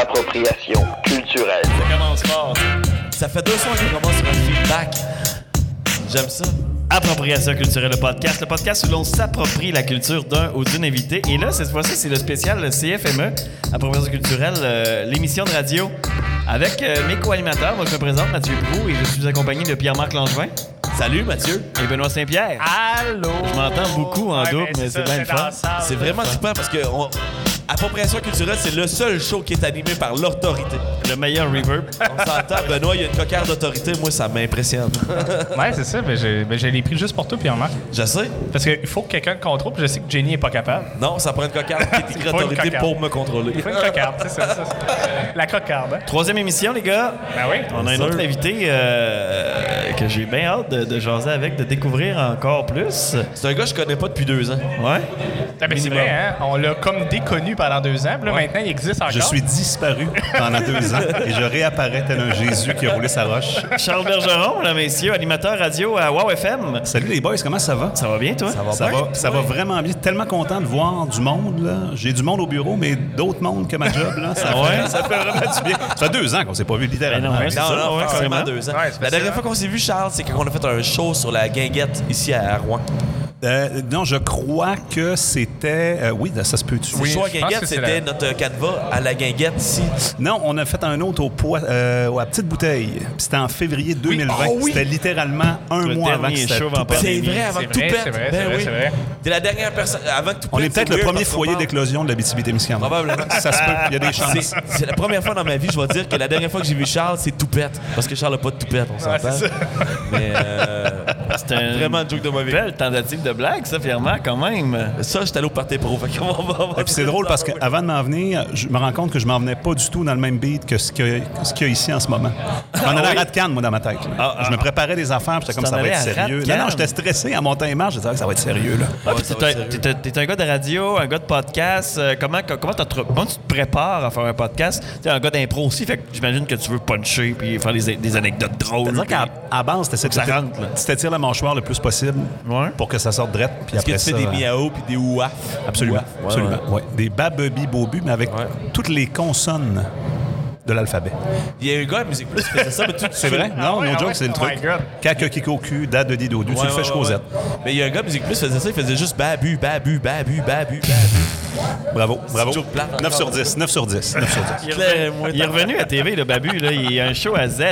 appropriation culturelle. Ça commence fort. Ça fait deux fois qu'on commence sur un feedback. J'aime ça. Appropriation culturelle, le podcast. Le podcast où l'on s'approprie la culture d'un ou d'une invitée. Et là, cette fois-ci, c'est le spécial CFME, E, Appropriation culturelle, euh, l'émission de radio. Avec euh, mes co-animateurs, moi je me présente, Mathieu Prou, et je suis accompagné de Pierre-Marc Langevin. Salut Mathieu. Et Benoît Saint-Pierre. Allô? Je m'entends beaucoup en Ouais, double, ben, Ah! mais ça, c'est bien le fun. ensemble. C'est vraiment super parce que on- Appropriation culturelle, c'est le seul show qui est animé par l'autorité. Le meilleur reverb. On s'entend, Benoît, il y a une cocarde d'autorité. Moi, ça m'impressionne. Ouais, c'est ça. Ben, j'ai- ben, je l'ai pris juste pour toi, Pierre Marc. Je sais. Parce qu'il faut que quelqu'un le contrôle, puis je sais que Jenny est pas capable. Non, ça prend une cocarde qui est écrite pas une autorité cocarde. pour me contrôler. Il faut une cocarde, c'est ça, ça. La cocarde, hein? Troisième émission, les gars. Ben oui. On a un autre invité euh, que j'ai bien hâte de, de jaser avec, de découvrir encore plus. C'est un gars que je connais pas depuis deux ans. Ouais. Ah, ben, c'est vrai, hein? On l'a comme déconnu pendant deux ans, puis là, maintenant, il existe encore. Je suis disparu pendant deux ans et je réapparais tel un Jésus qui a roulé sa roche. Charles Bergeron, mesdames, messieurs, animateur radio à Wow FM. Salut les boys, comment ça va? Ça va bien, toi? Ça va, ça va vraiment bien. Tellement content de voir du monde. là. J'ai du monde au bureau, mais d'autres mondes que ma job. Là. Ça, Ah Ouais. fait, ça fait vraiment du bien. Ça fait deux ans qu'on s'est pas vu, littéralement. Ben non, ouais. Non, ça, non, effectivement, carrément. deux ans. Ah, Ouais, c'est la ça. dernière fois qu'on s'est vu, Charles, c'est quand on a fait un show sur la guinguette ici à Rouen. Euh, non, je crois que c'était... euh, oui, ça se peut-tu? Le Oui, show à je pense guinguette, que c'est c'était la- notre canevas à la guinguette ici. Non, on a fait un autre au poids, euh, à petite bouteille. Puis C'était en février 2020. Oh oui! C'était littéralement un Ah Le mois avant que dernier ça show en pandémie. C'est vrai, avant C'est que tout vrai, pète. c'est vrai, Ben c'est vrai, oui. c'est vrai. T'es la dernière personne. Avant que tout On est pète, peut-être c'est le weird premier parce qu'on foyer parle. d'éclosion de la BTB-Témiscamingue. Probablement. Ça se peut. Il y a des chances. C'est c'est la première fois dans ma vie, je vais dire que la dernière fois que j'ai vu Charles, c'est Toupette. Parce que Charles n'a pas de Toupette, on s'entend. c'est ça. Mais euh, C'est un vraiment un joke de mauvais. belle tentative de blague, ça, fièrement, quand même. Ça, j'étais allé au party pro. Fait qu'on va- on va- on va- Et puis c'est drôle parce qu'avant de m'en venir, je me rends compte que je m'en venais pas du tout dans le même beat que ce qu'il y, a- ce qu'il y a ici en ce moment. Je m'en allais à Radcan, moi, dans ma tête. là. Ah, ah, je me préparais des affaires, puis j'étais comme t'en ça va être allais à sérieux. Radcan? Non, non, j'étais stressé à Montagne-Marche, je disais Ah, ça va être sérieux, là. Ah, Ouais, puis ça t'es va un- être sérieux. t'es un- t'es un gars de radio, un gars de podcast. Euh, comment, co- comment, t'as tr- comment tu te prépares à faire un podcast? T'es un gars d'impro aussi, fait que j'imagine que tu veux puncher puis faire des, des anecdotes drôles. C'est-à-dire qu'à à base, t'essaies de Ça te- rentre, là. tu t'étires la mâchoire le plus possible Ouais. pour que ça sorte drette. Puis Est-ce que après tu ça, euh, fais des miaou puis des ouaf? Absolument. Ouaf, ouais, absolument. ouais. ouais. Des babebi bobu, mais avec Ouais. toutes les consonnes de l'alphabet. Il y a un gars à Musique Plus qui faisait ça, mais tout C'est vrai? Non, Ah ouais, no ah joke, ouais. c'est le Oh truc. my God. Kaka Kiko Q, date de Dido, tu le fais jusqu'aux Z. Mais il y a un gars à Musique Plus qui faisait ça, il faisait juste babu, babu, babu, babu, babu. Bravo, bravo. toujours plate 9 sur encore. 10, 9 sur 10, 9 sur 10. Il est revenu- il est revenu à TV, le Babu. Là, il y a un show à Z.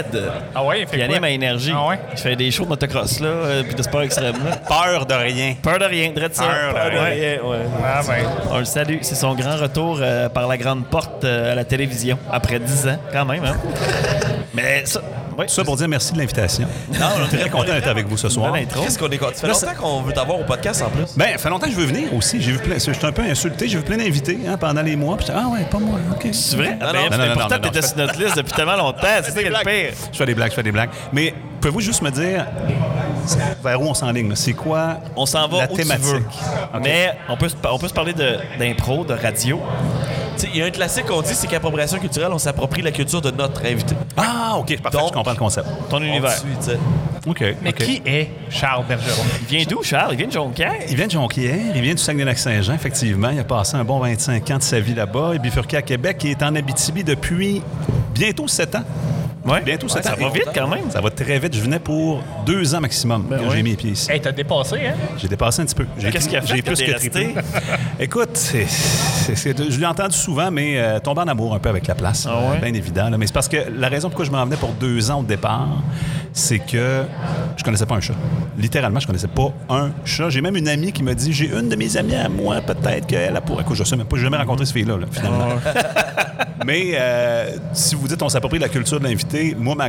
Ah ouais, il fait Il quoi? anime à Énergie. Ah ouais? Je fais des shows de motocross, là, euh, puis de sport extrême. Là. Peur de rien. Peur de rien, Dread ça. Peur de rien. Ah ben, On le salue. C'est son grand retour euh, par la grande porte euh, à la télévision, après 10 ans, quand même. Hein? Mais ça... Oui, Tout ça pour dire merci de l'invitation. Non, on est très content d'être avec vous ce soir. bonne intro. Qu'est-ce qu'on est content? Ça fait Là, ça- longtemps qu'on veut t'avoir au podcast en plus. Ben, fait longtemps que je veux venir aussi. J'ai vu plein. J'étais un peu insulté. J'ai vu plein d'invités hein, pendant les mois. Puis j'étais, ah ouais, pas moi. Ok. C'est vrai? Ben, non, non, non, non, pourtant, non, non, t'étais je sur notre liste depuis tellement longtemps. C'est ça qui est le pire. Je fais des blagues, je fais des blagues. Mais pouvez-vous juste me dire vers où on s'enligne là? C'est quoi On s'en va la où tu thématique veux. Ok. Mais on peut, se par- on peut se parler de- d'impro, de, radio. Tu sais, Il y a un classique qu'on dit, c'est qu'appropriation culturelle, on s'approprie la culture de notre invité. Ah, ok, parfait. Donc- je comprends le concept. Ton univers. On dessus, tu sais. Ok. mais ok. qui est Charles Bergeron? Il vient d'où, Charles? Il vient de Jonquière? Il vient de Jonquière, il vient du Saguenay-Lac-Saint-Jean, effectivement. Il a passé un bon 25 ans de sa vie là-bas. Il est bifurqué à Québec et est en Abitibi depuis bientôt 7 ans. Ouais. Bientôt Ouais, sept Ça ans. va vite quand même. Ça va très vite. Je venais pour deux ans maximum quand oui. j'ai mis les pieds ici. Hey, t'as dépassé, hein? J'ai dépassé un petit peu. J'ai Eh. Qu'est-ce qu'il a fait J'ai que plus t'es que resté? triplé. Écoute, c'est- c'est- c'est- je l'ai entendu souvent, mais euh, tomber en amour un peu avec la place, euh, Ah ouais? bien évident. là. Mais c'est parce que la raison pourquoi je m'en venais pour deux ans au départ, c'est que je connaissais pas un chat. Littéralement, je connaissais pas un chat. J'ai même une amie qui m'a dit j'ai une de mes amies à moi, peut-être qu'elle a pour. Écoute, je sais même pas, j'ai jamais rencontré ce fille-là, là, finalement. Ah Mais euh, si vous dites on s'approprie la culture de l'invité, moi, ma-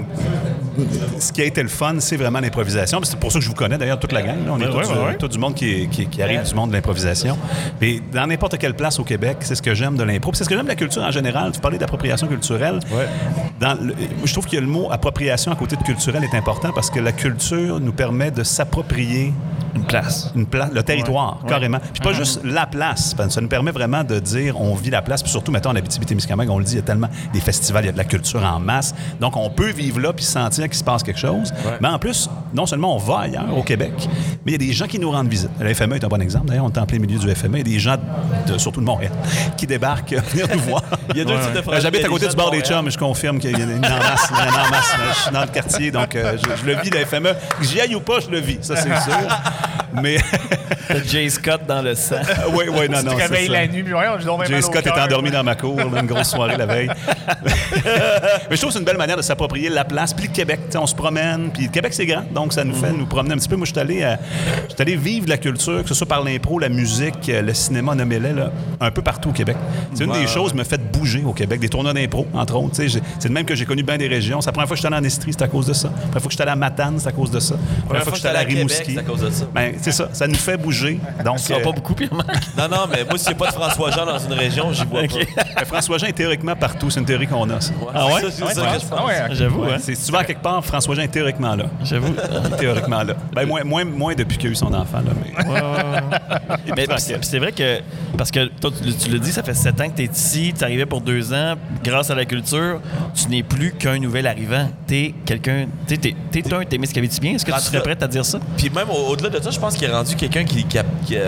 ce qui a été le fun, c'est vraiment l'improvisation. Puis C'est pour ça que je vous connais d'ailleurs toute la gang. là. On est Ouais, tous, ouais, euh, ouais. tout du monde qui, est- qui- qui arrive du monde de l'improvisation. Mais dans n'importe quelle place au Québec, c'est ce que j'aime de l'impro. Puis C'est ce que j'aime de la culture en général. Tu parlais d'appropriation culturelle. Dans le- je trouve que le mot appropriation à côté de culturel est important parce que la culture nous permet de s'approprier Une place. une place, le territoire, carrément. Puis pas juste la place. parce que Ça nous permet vraiment de dire on vit la place. Puis surtout, mettons, en Abitibi-Témiscamingue, on le dit, il y a tellement des festivals, il y a de la culture en masse. Donc, on peut vivre là puis sentir qu'il se passe quelque chose. Mais en plus, non seulement on va ailleurs, au Québec, mais il y a des gens qui nous rendent visite. Le FME est un bon exemple. D'ailleurs, on est en plein milieu du FME. Il y a des gens, de, surtout de Montréal, qui débarquent euh, venir nous voir. Euh, Il y a deux types de phrases. Il y J'habite a à des côté gens du de bord des Montréal. chums, Ah, mais je confirme qu'il y en a une en masse. Il y en a en masse. Je suis dans le quartier, donc euh, je, je le vis, le FME. Que J'y aille ou pas, je le vis, ça c'est sûr. Mais T'as Jay Scott dans le sang. oui, oui, non, non, Tu te c'est réveilles ça. la nuit, puis ouais, on dormait Jay mal au Scott est cœur. endormi dans ma cour, là, une grosse soirée la veille. Mais je trouve que c'est une belle manière de s'approprier la place. Puis le Québec, tu sais, on se promène. Puis le Québec, c'est grand, donc ça nous fait nous promener un petit peu. Moi, je suis allé, à- je suis allé vivre la culture, que ce soit par l'impro, la musique, euh, le cinéma, nommez-les, là, un peu partout au Québec. C'est une des choses qui me fait bouger au Québec. Des tournois d'impro, entre autres. Tu sais, j'ai- C'est de même que j'ai connu bien des régions. C'est la première fois que je suis allé en Estrie, c'est à cause de ça. La première fois que je suis allé à Matane, c'est à cause de ça. La Première fois que je suis allé à Québec, c'est à cause de ça. Ben, c'est ça, ça nous fait bouger. Donc, Tu vas euh, pas beaucoup pire, Marc. Non, non, mais moi, s'il n'y a pas de François-Jean dans une région, j'y vois pas. Ben, François-Jean est théoriquement partout. C'est une théorie qu'on a, ça. Ah ouais? Ça, c'est Ouais, ça ouais. que je pense. Ah ouais, ok. J'avoue, hein? C'est souvent quelque part, François-Jean est théoriquement là. J'avoue. Il est Théoriquement là. Ben, moins, moins, moins depuis qu'il a eu son enfant, là. Mais... Mais pis c'est pis c'est vrai que, parce que toi, tu, le- tu le dis, ça fait sept ans que tu es ici, tu arrivé pour deux ans, grâce à la culture, tu n'es plus qu'un nouvel arrivant. Tu es quelqu'un, tu es, un Témiscabitibien. Est-ce que tu En serais tout cas- prête à dire ça? Puis même au- au-delà de ça, je pense qu'il est rendu quelqu'un qui, qui, a- qui a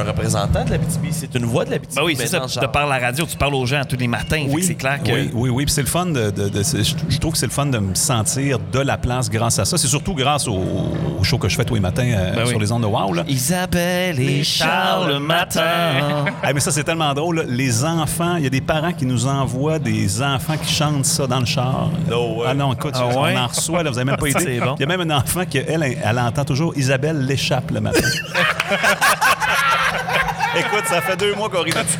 un représentant de la BTB. C'est une voix de la BTB. Ben oui, c'est ça. Tu te parles à la radio, tu parles aux gens tous les matins. fait que C'est clair que. Oui, oui, oui. Puis c'est le fun de. de- de- c'est- je je trouve que c'est le fun de me sentir de la place grâce à ça. C'est surtout grâce au, au show que je fais tous les matins euh, Ben oui. sur les ondes de Wow, là. Isabelle et Charles le matin. Ah, mais ça, c'est tellement drôle. là. Les enfants, il y a des parents qui nous envoient des enfants qui chantent ça dans le char. No way. Ah non, écoute, Ah ouais? on en reçoit, là, vous n'avez même pas idée. C'est bon. Il y a même un enfant qui, elle, elle entend toujours Isabelle l'échappe le matin. écoute, ça fait deux mois qu'on rit de ça.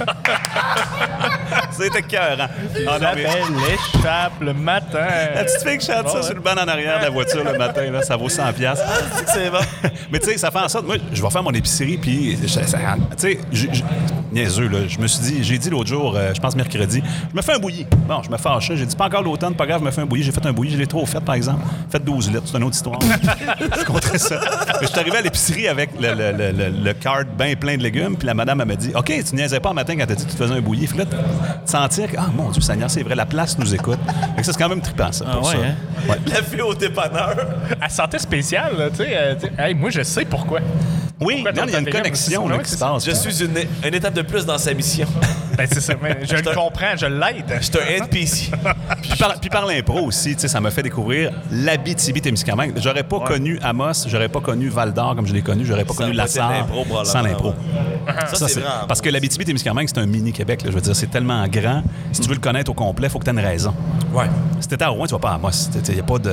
C'était cœur. hein? Ah Isabelle l'échappe le matin. La petite fille qui chante ça sur le banc en arrière de la voiture le matin, là, ça vaut 100 piastres. Ah, C'est bon. Mais tu sais, ça fait en sorte, moi, je vais faire mon épicerie, puis, je- ça- tu sais, je- je- niaiseux, là, je me suis dit, j'ai dit l'autre jour, euh, je pense mercredi, je me fais un bouilli. Bon, je me fâche, j'ai dit, pas encore l'automne, pas grave, je me fais un bouilli, j'ai fait un bouilli, je l'ai trop fait, par exemple. Faites 12 litres, c'est une autre histoire. je compterais ça. Mais je suis arrivé à l'épicerie avec le, le, le, le- le cart bien plein de légumes, puis la madame, elle m'a dit, OK, tu niaisais pas le matin quand t'as dit que tu te faisais un bouilli. Fait que là, de sentir que, ah, mon Dieu Seigneur, c'est vrai, la place nous écoute. Fait que ça, c'est quand même trippant, ça, pour ouais, ça. hein? Ouais. La fille au dépanneur. Elle se sentait spéciale, là, tu sais. euh, tu sais, hey, moi, je sais pourquoi. Oui, Pourquoi non, il y a une t'as fait connexion comme- là, Ouais, qui c'est se ça. passe. Je suis une, une étape de plus dans sa mission. Ben, c'est ça. mais je le comprends, je l'aide. Je suis un NPC. Puis par, puis par l'impro aussi, tu sais, ça m'a fait découvrir l'Abitibi-Témiscamingue. J'aurais pas connu Amos, j'aurais pas connu Val-d'Or comme je l'ai connu, j'aurais pas Ça connu aurait La pas été Sarre l'impro, probablement. sans l'impro. Ça, Ça, c'est c'est- vrai. parce que l'Abitibi-Témiscamingue, c'est un mini-Québec. là. Je veux dire, c'est tellement grand. Si tu veux le connaître au complet, faut que tu aies une raison. Ouais. Si t'étais à Rouen, tu vas pas à Amos. Il y a pas de...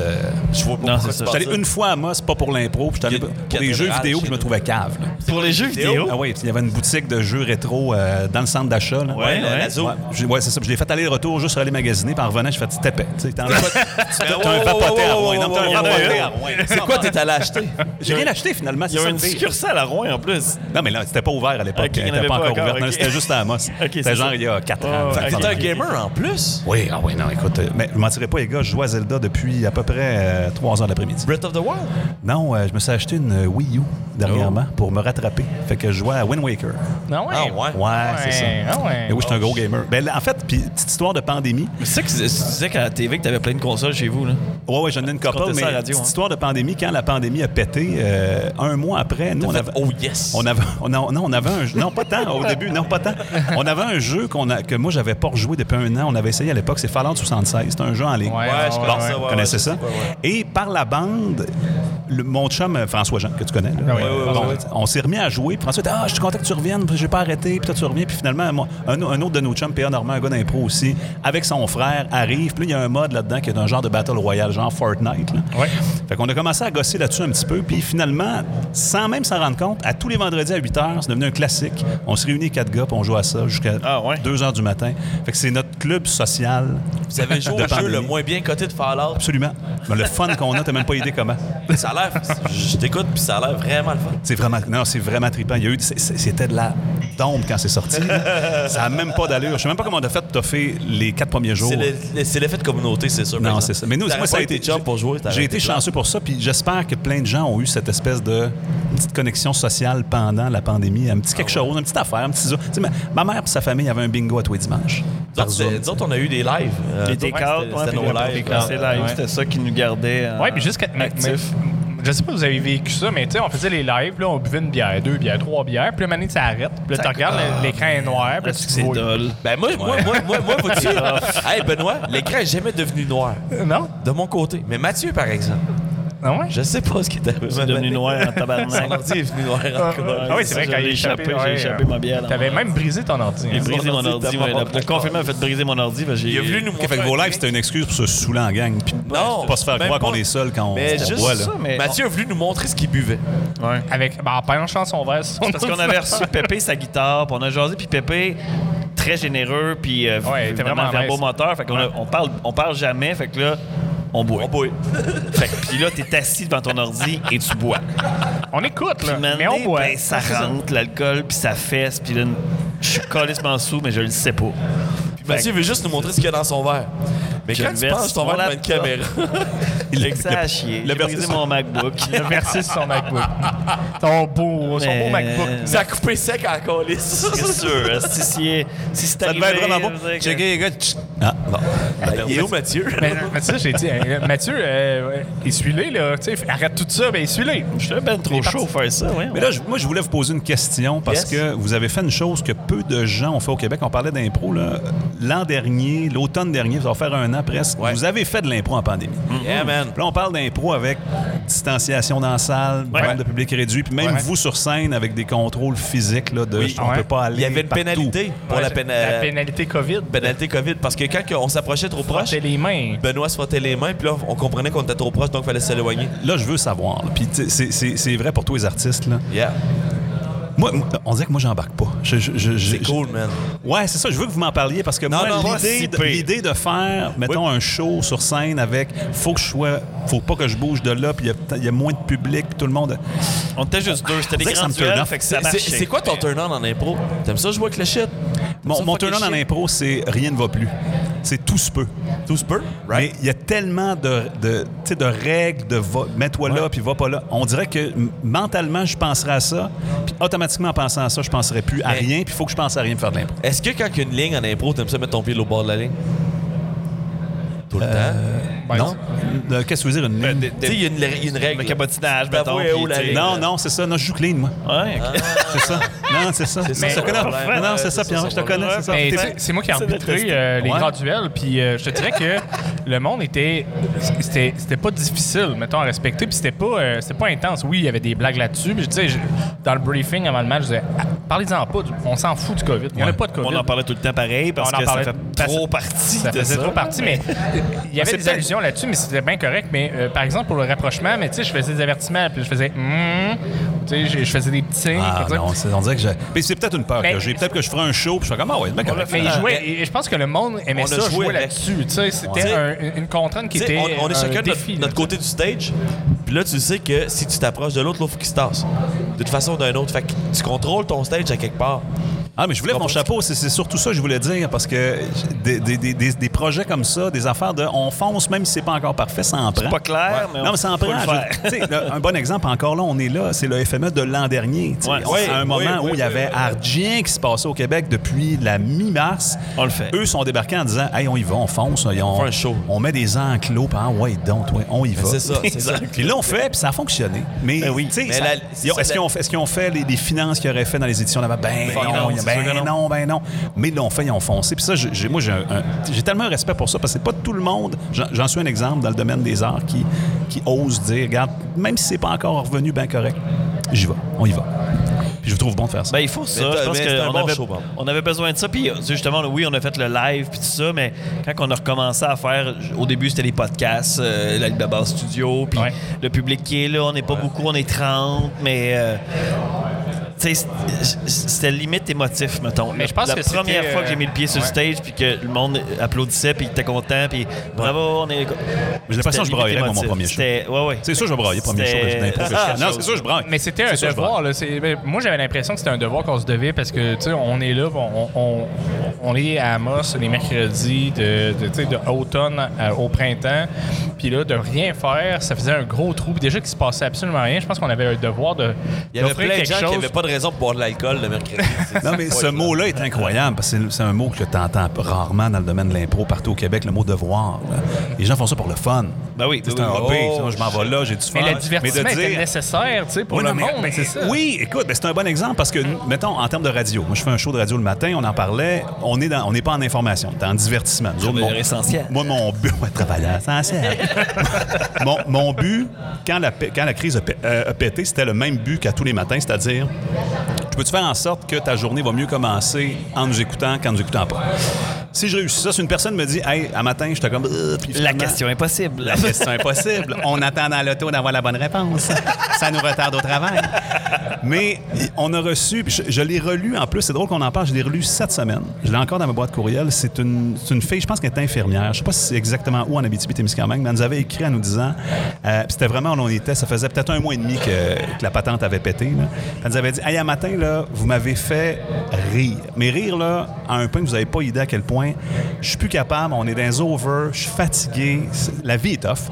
Je vois pas Non, pourquoi c'est tu ça. penses J'étais allé une fois à Amos, pas pour l'impro, puis j'étais allé Il y a une pour des jeux cathédrale vidéo, chez puis je me nous. trouvais cave. là. Pour les jeux vidéo, Ah oui, puis il y avait une boutique de jeux rétro euh, dans le centre d'achat. là. Ouais, la- ouais. la zoo. Ouais, je- ouais, c'est ça. Puis Je l'ai fait aller-retour juste aller magasiner. Par revenant, je fais tu tapais. Tu sais, t'en- Mais Ah, T'as wow, un wow, vapoté à wow, Rouen. Non, wow, t'as un wow, vapoté wow, à wow. Rouen. C'est quoi t'es allé acheter? J'ai rien acheté finalement. il y c'est a ça une le pire. succursale à Rouen en plus. Non, mais là, c'était pas ouvert à l'époque. Ok, il y en C'était avait pas pas encore encore, ouvert. Non, ok. C'était juste à Amos. c'est C'était genre ça. il y a 4 ans. ouais, Fait que T'es ok. t'en- un gamer en plus? Oui, ah oui, non, écoute, euh, mais je mentirais pas, les gars, je joue à Zelda depuis à peu près 3 heures l'après-midi. Breath of the Wild? Non, euh, je me suis acheté une euh, Wii U dernièrement Oh. pour me rattraper. Fait que je jouais à Wind Waker. Non, ouais. Ah ouais? Ouais, c'est ça. ah ouais. Et oui, je suis un gros gamer. Ben, là, en fait, puis petite histoire de pandémie. Mais c'est ça que tu disais qu'à la TV que t'avais plein de consoles chez vous, là. Ouais, ouais, j'en ai une couple, comptais mais ça à la radio, petite hein. histoire de pandémie, quand la pandémie a pété, euh, un mois après, nous, on Fait- avait... Oh yes! On avait, on a- non, on avait un jeu- Non, pas tant au début, non, pas tant. On avait un jeu qu'on a, que moi, j'avais pas rejoué depuis un an. On avait essayé à l'époque, c'est Fallout 76. C'est un jeu en ligne. Ouais, Ouais, je ouais, connais ouais. ça. Vous ouais, connaissez ouais, ça? je sais pas, ouais. Et par la bande, le, mon chum euh, François Jean, que tu connais, là, Ah oui, oui, oui, bon, oui. on s'est remis à jouer. Puis François dit Ah, je suis content que tu reviennes, puis j'ai pas arrêté, puis toi tu reviens. Puis finalement, moi, un, un autre de nos chums, P.A. Normand, un gars d'impro aussi, avec son frère, arrive. Puis là, il y a un mode là-dedans qui est un genre de battle royale, genre Fortnite. là. Ouais. Fait qu'on a commencé à gosser là-dessus un petit peu. Puis finalement, sans même s'en rendre compte, à tous les vendredis à 8 h, c'est devenu un classique. On se réunit quatre gars, puis on joue à ça jusqu'à Ah ouais? 2 h du matin. Fait que c'est notre club social. Vous avez joué de au jeu le pandémie. moins bien coté de Fallout. Absolument. Mais le fun qu'on a, t'as même pas idée comment. Ça a l'air. Je t'écoute, puis ça a l'air vraiment le fun. C'est vraiment, non, c'est vraiment trippant. Il y a eu, c'est- c'est- c'était de la septembre quand c'est sorti. là. ça n'a même pas d'allure. Je sais même pas comment on a fait de toffer les quatre premiers jours. C'est le- C'est l'effet de communauté, Oh. c'est sûr. par Non, exemple. c'est ça. Mais nous, T'aurais moi, ça pas a été été. chum pour jouer. t'aurais J'ai été chum. chanceux pour ça, puis j'espère que plein de gens ont eu cette espèce de petite connexion sociale pendant la pandémie, un petit quelque chose, une petite affaire, un petit. Tu sais, ma, ma mère et sa famille avaient un bingo à tous les dimanches. Nous Par autres, c'est- Zoom. nous autres, on a eu des lives. Euh, Les nous autres, décals, c'était- c'était nos lives. euh. décals. ouais. C'est live, Ouais. c'était ça qui nous gardait euh, Ouais, puis jusqu'à. mais- actifs. mais- Je sais pas, vous avez vécu ça, mais tu sais, on faisait les lives, là, on buvait une bière, deux bières, trois bières, puis là, maintenant, ça arrête. Puis là, tu regardes, l'écran est noir, puis là, tu Est-ce que c'est te grouilles. dole? Ben moi, moi, moi, moi, moi, faut dire. Hey Benoît, l'écran est jamais devenu noir. Non? De mon côté. Mais Mathieu, par exemple, Non, ouais? je sais pas ce qui est arrivé. C'est devenu noir en Son tabarnak. ordi est venu noir encore. Ah oui, c'est vrai, Je quand l'ai il échappé, échappé, j'ai ouais, échappé euh, ma bière, là. T'avais même brisé ton ordi. hein. J'ai brisé mon Son ordi. ordi était ouais, mort. le- Le confinement a fait briser mon ordi. parce que Il est venu j'ai- nous OK, fait montrer. que vos lives, c'était une excuse pour se saouler en gang, puis Non, pas se faire même croire pas. qu'on est seul quand on, Mais on juste boit. là. ça, mais- Mathieu a voulu nous montrer ce qu'il buvait. Ah Avec, ben, en penchant son verre sur son Parce qu'on avait reçu Pépé sa guitare, puis on a jasé, puis Pépé, très généreux, puis euh, Ouais, il était vraiment vraiment nice. verbomoteur. Fait qu'on a- on parle, on parle jamais, fait que là, on boit. On bouille. Fait que puis là, t'es assis devant ton ordi et tu bois. On écoute, Puis là, maintenant, mais on boit. ben, ça rentre, l'alcool, puis ça fesse, puis là, je suis calissement sous, mais je le sais pas. Puis Mathieu veut juste nous montrer ce qu'il y a dans son verre. Mais Je quand tu verse penses ton mon verre devant une laptop. caméra, Il que ça a chier. J'ai brisé mon MacBook. Le verser sur son MacBook. Ton beau, son beau Mais- MacBook. ça a coupé sec à la colisse. C'est sûr. hein, Si, si, si c'est Ça arrivé... devait être vraiment je bon. veux dire que- Ben, Checker les gars. tch. Ah, bon. Il est où Mathieu? Mais, mais ça, Ben, euh, j'ai dit, hein, Mathieu, euh, il suit les là. Tu sais, arrête tout ça, ben il suit les Je suis ben trop est chaud pour faire ça, ouais. Mais là, je- moi, je voulais vous poser une question parce Yes. que vous avez fait une chose que peu de gens ont fait au Québec. On parlait d'impro là. l'an dernier, l'automne dernier, ça va faire un an presque. Ouais. Vous avez fait de l'impro en pandémie. Yeah, man. Puis Là, on parle d'impro avec distanciation dans la salle, Ouais. nombre de public réduit, puis même Ouais. vous sur scène avec des contrôles physiques là, de Oui. on Ouais. peut pas aller. Il y avait une partout. pénalité pour la, Ouais, péna- la pénalité COVID. pénalité COVID. Parce que quand on s'approchait trop proche, J'ai les mains. Benoît se frottait les mains, puis là, on comprenait qu'on était trop proche, donc il fallait s'éloigner. Là, je veux savoir. là. Puis tu sais, c'est- c'est c'est vrai pour tous les artistes. Là. Yeah. Moi, moi, on dirait que moi, j'embarque pas. Je- je- je- je- C'est cool, man. Ouais, c'est ça. Je veux que vous m'en parliez parce que Non, non, moi, pas l'idée si de, pire. l'idée de faire, mettons, un show sur scène avec faut que je sois, faut pas que je bouge de là, puis il y a peut-être- il y, a moins de public, puis tout le monde. On était juste deux, c'était On des dirait que grands ça me turn duels, off. fait que ça C'est- C'est marchait. c'est quoi ton turn-on en impro? T'aimes ça jouer avec le shit? Mon, mon turn-on en impro, c'est rien ne va plus. C'est tout se peut. Tout se peut? Mais il y a tellement de, de, tu sais, de règles, de va- mets-toi là, puis va pas là. On dirait que m- mentalement, je penserais à ça, puis automatiquement, en pensant à ça, je penserais plus à Mais- rien, puis il faut que je pense à rien pour faire de l'impro. Est-ce que quand il y a une ligne en impro, t'aimes ça mettre ton pied au bord de la ligne? Tout le temps. Ben, non? Euh, Qu'est-ce que tu veux dire, une ligne? Tu sais, il y a une, il y a une règle. Le cabotinage, Tu mettons. t'avoues puis, où la tu sais, ligne? Non, non, c'est ça. Non, je joue clean, moi. Ouais, ok. C'est ça. Non, c'est ça. C'est ça, je son te connais. problème. Ah, Non, non, Ouais, c'est ça. c'est Puis ça, en vrai, je te son connais. problème. c'est ça. Mais T'es- c'est- c'est moi qui ai C'est de arbitré tester. euh, les Ouais. grands duels, puis euh, je te dirais que le monde était. C'était c'était pas difficile, mettons, à respecter, puis c'était pas, euh, c'était pas intense. Oui, il y avait des blagues là-dessus, mais tu sais, je- dans le briefing avant le match, je disais, Ah, parlez-en pas, du- on s'en fout du COVID. Il n'y en a Ouais. pas de COVID. On en parlait tout le temps pareil parce On en que ça parlait- fait ça- trop partie Ça de faisait ça. trop partie, mais il y avait c'est des peut-être- allusions là-dessus, mais c'était bien correct. Mais euh, par exemple, pour le rapprochement, mais tu sais, je faisais des avertissements, puis je faisais Hmm tu sais, je- je faisais des petits signes. Ah pour dire- non, c'est- on dirait que j'ai. Mais c'est peut-être une peur Ben, que j'ai. Peut-être que je ferai un show, puis je ferai comme ah ouais, c'est bien correct. Mais il jouait, et je pense que le monde aimait On a ça, joué jouer avec. là-dessus. Tu sais, c'était Ouais. un- une contrainte qui Tu sais, était. on, on est un chacun de défi, notre, là, notre côté du stage. Puis là, tu sais que si tu t'approches de l'autre, l'autre, faut qu'il se tasse. D'une façon ou d'une autre. Fait que tu contrôles ton stage à quelque part. Ah, mais je voulais mon Comprends- chapeau. C'est c'est surtout ça que je voulais dire parce que des, des- des- des- des projets comme ça, des affaires de on fonce même si c'est pas encore parfait, ça en prend. pas clair, mais on non, mais ça en faut prend. le faire. Je- tu sais, le- un bon exemple, encore là, on est là, c'est le FME de l'an dernier. tu sais. Ouais, On- ouais, à un oui, moment où oui, il y avait rien qui se passait au Québec depuis la mi-mars. On le fait. Eux sont débarqués en disant Hey, on y va, on fonce, on, on fait un show. on met des enclos, puis ah, ouais, donc, ouais, on y Ben, C'est va. ça, c'est ça. Puis là, on fait, puis ça a fonctionné. Mais, oui. tu sais, Mais ça- la- ils ont- c'est ça, est-ce qu'ils la- ont fait, est-ce qu'ils ont fait les, les finances qu'ils auraient fait dans les éditions là-bas? Ben, non, non, c'est ben sûr que non. non, ben non. Mais ils l'ont fait, ils ont foncé. Puis ça, j'ai- j'ai- moi, j'ai un- un- j'ai tellement un respect pour ça parce que c'est pas tout le monde. J'en- J'en suis un exemple dans le domaine des arts qui, qui ose dire, regarde, même si c'est pas encore revenu, ben correct, j'y vais, on y va. Puis je vous trouve bon de faire ça. Ben, il faut ça. t'as- Je pense mais c'est un qu'on bon avait, show, pardon. on avait besoin de ça. Puis, tu sais, justement, oui, on a fait le live puis tout ça, mais quand on a recommencé à faire, au début, c'était les podcasts, euh, l'Alibaba Studio, puis Ouais. le public qui est là, on n'est pas beaucoup, on est 30, mais. euh, tu sais, c- c'était limite émotif, mettons. Mais je pense la que première c'était, fois que j'ai mis le pied sur le ouais. stage, puis que le monde applaudissait, puis était content, puis bravo, on est. j'ai l'impression que je C'était braillerais, limite moi, mon émotif. premier show. C'était- Ouais, ouais. C'est sûr, je vais brailler, premier show, parce que C'était- d'impro, je suis- Ah, Non, c'est sûr, je braille. Mais c'était un C'est sûr, je devoir. Là, C'est- ben, moi, j'avais l'impression que c'était un devoir qu'on se devait parce que, tu sais, on est là, on, on, on est à Amos les mercredis de, de, tu sais, de automne à- au printemps. Puis là, de rien faire, ça faisait un gros trou. Puis déjà qu'il se passait absolument rien, je pense qu'on avait un devoir de Il y avait d'offrir plein de quelque gens qui chose. n'avaient pas de raison de boire de l'alcool le mercredi. C'est- Non, c'est mais pas ce évident. mot-là est incroyable parce que c'est- c'est un mot que tu entends rarement dans le domaine de l'impro partout au Québec, le mot devoir. là. Les gens font ça pour le fun. Ben oui, C'est oui, un oui. hobby. Oh, ça, je m'en vais là, j'ai du fun. Mais le de divertissement était dire- nécessaire, tu sais, pour Oui, le non, mais- monde, mais- c'est ça. Oui, écoute, ben, c'est un bon exemple parce que, mettons, en termes de radio, moi je fais un show de radio le matin, on en parlait, on n'est on n'est pas en information, on est en divertissement. Nous autres, Travailleur mon- essentiel. Moi, mon but, ouais, travailleur essentiel. mon, mon but, quand la, pe- quand la crise a, pe- euh, a pété, c'était le même but qu'à tous les matins, c'est-à-dire, je peux-tu faire en sorte que ta journée va mieux commencer en nous écoutant qu'en nous écoutant pas? Si je réussis ça, si une personne me dit, hey, à matin, j'étais comme. Euh, puis La finalement- question impossible. la question impossible. On attend dans l'auto d'avoir la bonne réponse. Ça nous retarde au travail. Mais on a reçu, puis je, je l'ai relu en plus, c'est drôle qu'on en parle, je l'ai relu cette semaine. Je l'ai encore dans ma boîte courriel. C'est une, c'est une fille, je pense qu'elle est infirmière. Je sais pas si c'est exactement où en Abitibi-Témiscamingue, mais elle nous avait écrit en nous disant, euh, puis c'était vraiment où on était, ça faisait peut-être un mois et demi que, que la patente avait pété. là. Elle nous avait dit, hey, à matin, là, vous m'avez fait rire. Mais rire, là, à un point que vous n'avez pas idée à quel point je suis plus capable, on est dans les over, je suis fatigué, c'est- la vie est off.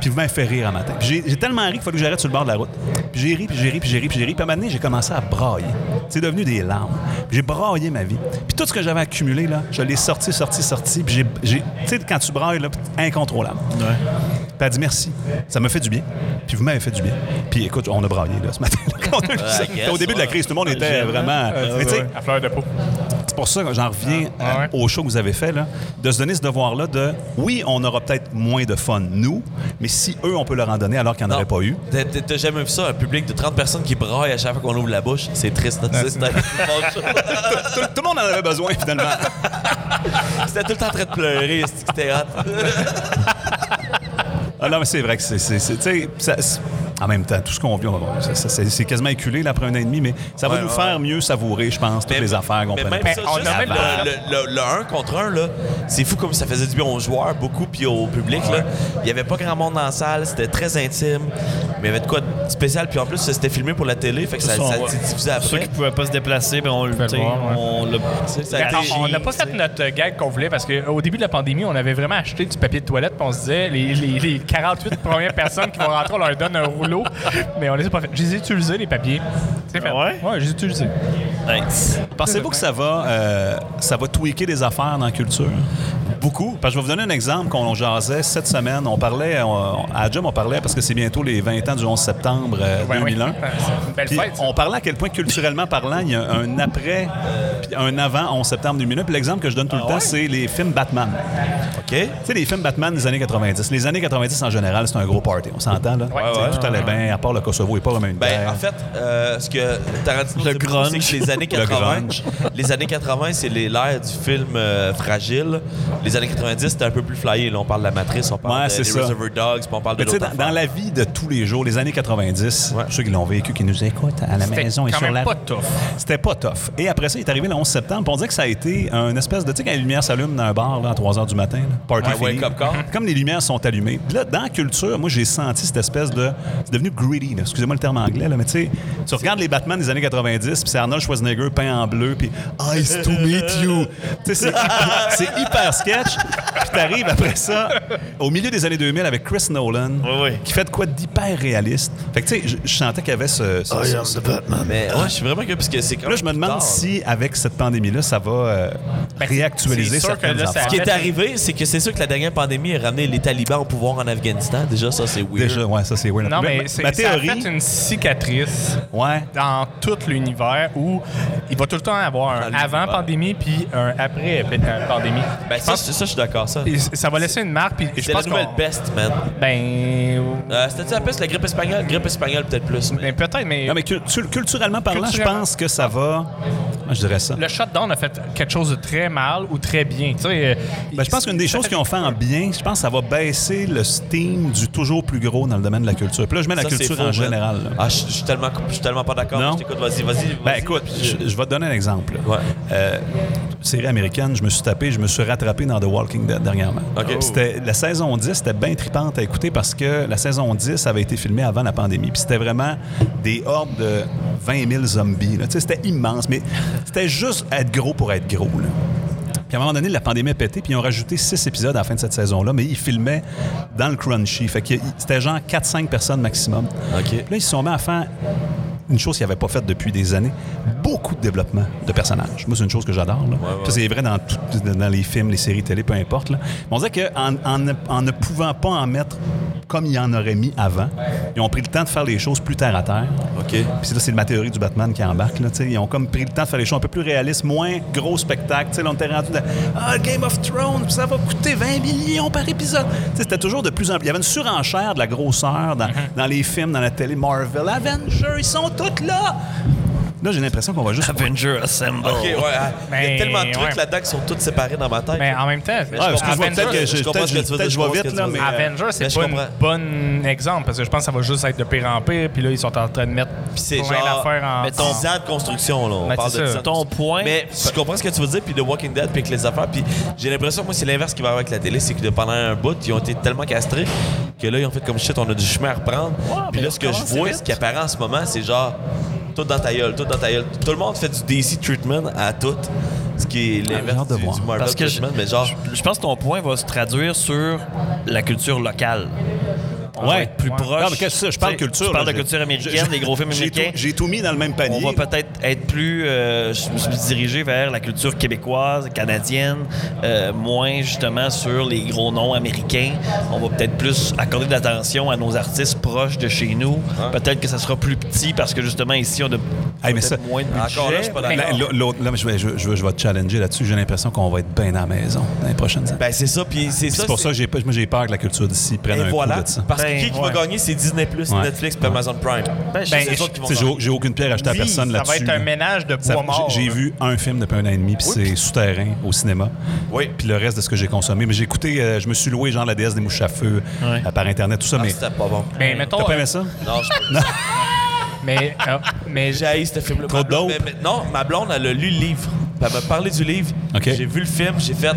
Puis vous m'avez fait rire un matin. Puis J'ai j'ai tellement ri qu'il fallait que j'arrête sur le bord de la route. Puis j'ai ri, puis j'ai ri, puis j'ai ri, puis j'ai ri. Puis à un moment donné, j'ai commencé à brailler. C'est devenu des larmes. Puis J'ai braillé ma vie. Puis tout ce que j'avais accumulé, là, je l'ai sorti, sorti, sorti. Puis j'ai- j'ai... Tu sais, quand tu brailles, là, incontrôlable. Puis elle a dit merci. Ça m'a fait du bien. Puis vous m'avez fait du bien. Puis écoute, on a braillé là, ce matin. Quand on a lu ça, guess, au début de la ouais. crise, tout le monde Ben, était vraiment. Mais tu sais, euh, À fleur de peau. c'est pour ça que j'en reviens Ah, euh, ouais. au show que vous avez fait, là, de se donner ce devoir-là de oui, on aura peut-être moins de fun, nous, mais si eux, on peut leur en donner alors qu'il n'y en aurait pas eu. T'as- t'as- T'as jamais vu ça, un public de 30 personnes qui braille à chaque fois qu'on ouvre la bouche? C'est triste, notre système. Tout, tout le monde en avait besoin, finalement. C'était tout le temps en train de pleurer, c'est- c'était hot. Ah non, mais c'est vrai que c'est. c'est- c'est- tu sais, ça- c'est- en même temps, tout ce qu'on vit, on va- ça- ça- c'est c'est quasiment éculé là, après un an et demi, mais ça va Ouais, nous ouais, faire mieux savourer, je pense, toutes Mais- les affaires qu'on Mais prenait. même Mais ça, on juste a même le, le- le- le un contre un, là, c'est fou comme ça faisait du bien aux joueurs, beaucoup, puis au public. là. Il n'y avait pas grand monde dans la salle, c'était très intime, mais il y avait de quoi de spécial. Puis en plus, c'était filmé pour la télé, fait que ça, Ceux ça qui- s'est diffusé Ceux après. qui pouvaient pas se déplacer, ben on le le voir, ouais. on l'a- Tu sais, ça a Ben, été- on- on n'a pas fait notre gag qu'on voulait parce qu'au début de la pandémie, on avait vraiment acheté du papier de toilette puis on se disait les, les- les 48 premières personnes qui vont rentrer, on leur donne un rouleau. Mais on les a pas fait. J'ai utilisé les papiers. C'est fait. Ouais? Ouais, j'ai utilisé. Pensez-vous que ça va, euh, ça va tweaker des affaires dans la culture? Beaucoup. Parce que je vais vous donner un exemple qu'on jasait cette semaine. On parlait, on- à Jim, on parlait parce que c'est bientôt les 20 ans du 11 septembre euh, Ouais, ouais. 2001. C'est une belle Puis fête. ça. on parlait à quel point, culturellement parlant, il y a un après, puis un avant 11 septembre 2001. Puis l'exemple que je donne tout le temps, c'est les films Batman. OK. Tu sais, les films Batman des années 90. Les années 90, en général, c'est un gros party. On s'entend, là? Tu sais, ouais, tout allait bien, à part le Kosovo et pas vraiment une Ben, guerre. en fait, euh, ce que Tarantino Le dit beaucoup, grunge. c'est que les années Le 80, grunge. les années 80, c'est les- l'ère du film euh, fragile. Les années 90, c'était un peu plus flyé. Là, on parle de la matrice, on parle Ouais, de- c'est des ça. Reservoir Dogs, puis on parle de Mais tu sais, l'autre dans, affaire. dans la vie de tous les jours, les années 90, Ouais. ceux qui l'ont vécu, qui nous écoutent à la C'était maison et quand sur même la pas tough. C'était pas tough. Et après ça, il est arrivé le 11 septembre. puis On dirait que ça a été un espèce de. Tu sais, quand les lumières s'allument dans un bar là, à 3 h du matin, là, party Ouais, fini. wake up call. Comme les lumières sont allumées. Puis Là, dans la culture, moi, j'ai senti cette espèce de. C'est devenu greedy, là. excusez-moi le terme anglais, là, mais tu sais, tu regardes les Batman des années 90, puis c'est Arnold Schwarzenegger peint en bleu, puis Nice to meet you. Tu sais, c'est hyper- c'est hyper sketch. Puis t'arrives après ça, au milieu des années 2000, avec Chris Nolan, Oui, oui. qui fait de quoi d'hyper réaliste. Fait que tu sais, je- je sentais qu'il y avait ce- Ah, ce- ce, Mais ouais, je suis vraiment curieux, parce que c'est quand Là, même je me plus demande tard. si, avec cette pandémie-là, ça va euh, Ben, réactualiser c'est sûr que certaines là, ça- affaires. Ce qui est arrivé, c'est que c'est sûr que la dernière pandémie a ramené les talibans au pouvoir en Afghanistan. Déjà, ça, c'est weird. Déjà, ouais, ça, c'est weird. Non, Mais mais, ma- c'est ma ça a théorie, fait une cicatrice ouais. dans tout l'univers où il va tout le temps avoir un Dans l'univers. avant-pandémie puis un après-pandémie. Ben, euh, je c'est pense que ça, je suis d'accord, ça. Et c- ça va laisser une marque. Puis je C'est la pense nouvelle qu'on- peste, man. Ben, Euh, C'était-tu la peste, la grippe espagnole? Grippe espagnole, peut-être plus. mais- ben, peut-être, mais, Non, mais cultu- culturellement parlant, Culturellement. je pense que ça va. Moi, je dirais ça. le shutdown a fait quelque chose de très mal ou très bien. Tu sais, euh, Ben, je pense qu'une des choses qu'ils ont fait en bien, je pense que ça va baisser le steam du toujours plus gros dans le domaine de la culture. Puis là, je mets la Ça, c'est culture faux, en man. général. là. Ah, je je suis tellement, je suis tellement pas d'accord. hein. Non? Je t'écoute, vas-y, vas-y. Ben vas-y. écoute, je, je vais te donner un exemple. là. Ouais. Euh, série américaine, je me suis tapé, je me suis rattrapé dans The Walking Dead dernièrement. Ok. Puis C'était la saison 10, c'était bien tripante à écouter parce que la saison 10 avait été filmée avant la pandémie. Puis c'était vraiment des hordes de 20 000 zombies. là. Tu sais, C'était immense, mais c'était juste être gros pour être gros. là. Puis à un moment donné, la pandémie a pété, puis ils ont rajouté six épisodes à la fin de cette saison-là, mais ils filmaient dans le crunchy. Fait que c'était genre 4-5 personnes maximum. OK. Puis là, ils se sont mis à faire une chose qu'ils n'avaient pas faite depuis des années, beaucoup de développement de personnages. Moi, c'est une chose que j'adore. là. Ça, c'est vrai dans, tout- dans les films, les séries télé, peu importe. là. Mais on dirait qu'en en, ne- en ne pouvant pas en mettre comme ils en auraient mis avant, ils ont pris le temps de faire les choses plus terre à terre. OK. Puis c'est là, c'est ma théorie du Batman qui embarque. Là, tu sais. ils ont comme pris le temps de faire les choses un peu plus réalistes, moins gros spectacle. Tu sais, Là, on était rendu dans ah, Game of Thrones, ça va coûter 20 millions par épisode. Tu sais, C'était toujours de plus en plus. Il y avait une surenchère de la grosseur dans, Mm-hmm. dans les films, dans la télé. Marvel, Avengers, ils sont tous là. Là, j'ai l'impression qu'on va juste. Avenger Assemble. OK, ouais. ah, Il y Mais, a tellement de trucs ouais. là-dedans qui sont tous séparés dans ma tête. mais en même temps, je Ouais, excuse-moi, Avengers, peut-être que je, je comprends peut-être ce que je- tu veux peut-être dire, je je comprends vais ce que vite, tu là, veux mais. dire. Avengers, c'est Mais Ben, je pas comprends. un bon exemple parce que je pense que ça va juste être de pire en pire. Puis là, ils sont en train de mettre Puis c'est plein genre. d'affaires en. Mais ton de construction, là. On Ben, parle c'est de ça. 10 ans de Ton construction. point. Mais je comprends ce que tu veux dire, puis de Walking Dead, puis avec les affaires. Puis j'ai l'impression que moi, c'est l'inverse qui va avec la télé. C'est que de- pendant un bout, ils ont été tellement castrés que là, ils ont fait comme shit, on a du chemin à reprendre. mais puis là, ce que comment je c'est vois, vite? ce qui apparaît en ce moment, c'est genre. Tout dans ta gueule, tout dans ta gueule. Tout le monde fait du DC treatment à tout. Ce qui est Ah, j'ai l'inverse hâte de du, du voir. Marvel Parce que je, treatment, mais genre. je- je pense que ton point va se traduire sur la culture locale. On va Ouais. être plus Ouais. proche. Non, mais qu'est-ce que c'est? Je parle Tu sais, culture, Je parle là, de j'ai- culture américaine, j'ai- des gros films j'ai tout- américains. J'ai tout mis dans le même On panier. va peut-être être plus euh, je me suis dirigé vers la culture québécoise, canadienne, euh, moins justement sur les gros noms américains. On va peut-être plus accorder de l'attention à nos artistes proches de chez nous. Peut-être que ça sera plus petit parce que justement ici on a Hey, mais peut-être ça- moins de budget. Encore là, je suis pas La- d'accord. l'autre- là, je vais, je, je- je vais te challenger là-dessus. J'ai l'impression qu'on va être bien dans la maison dans les prochaines années. Ben, c'est ça, puis c'est ça. C'est pour ça que j'ai, moi, j'ai peur que la culture d'ici prenne Et un voilà. coup de ça. Parce que Ben, qui qui ouais. va gagner, c'est Disney, Ouais. Netflix, puis Amazon Prime. Ben, je- Ben, c'est les autres qui vont Tu sais, gagner. j'ai, j'ai aucune pierre achetée à Oui, personne ça là-dessus. va être un là. ménage de Ça- bois mort. j'ai, j'ai là. vu un film depuis un an et demi, puis c'est souterrain au cinéma. Oui. Puis le reste de ce que j'ai consommé. Mais j'ai écouté, euh, je me suis loué genre la déesse des mouches à feu Ouais. euh, par Internet, tout Ah, ça. mais Ah, C'était pas bon. Mais t'as mettons. pas euh, aimé ça? Non, je Mais. euh, mais J'ai haï ce film-là. Trop Ma blonde- dope. mais- mais- Non, ma blonde, elle a lu le livre. Puis Elle m'a parlé du livre. OK. J'ai vu le film, j'ai fait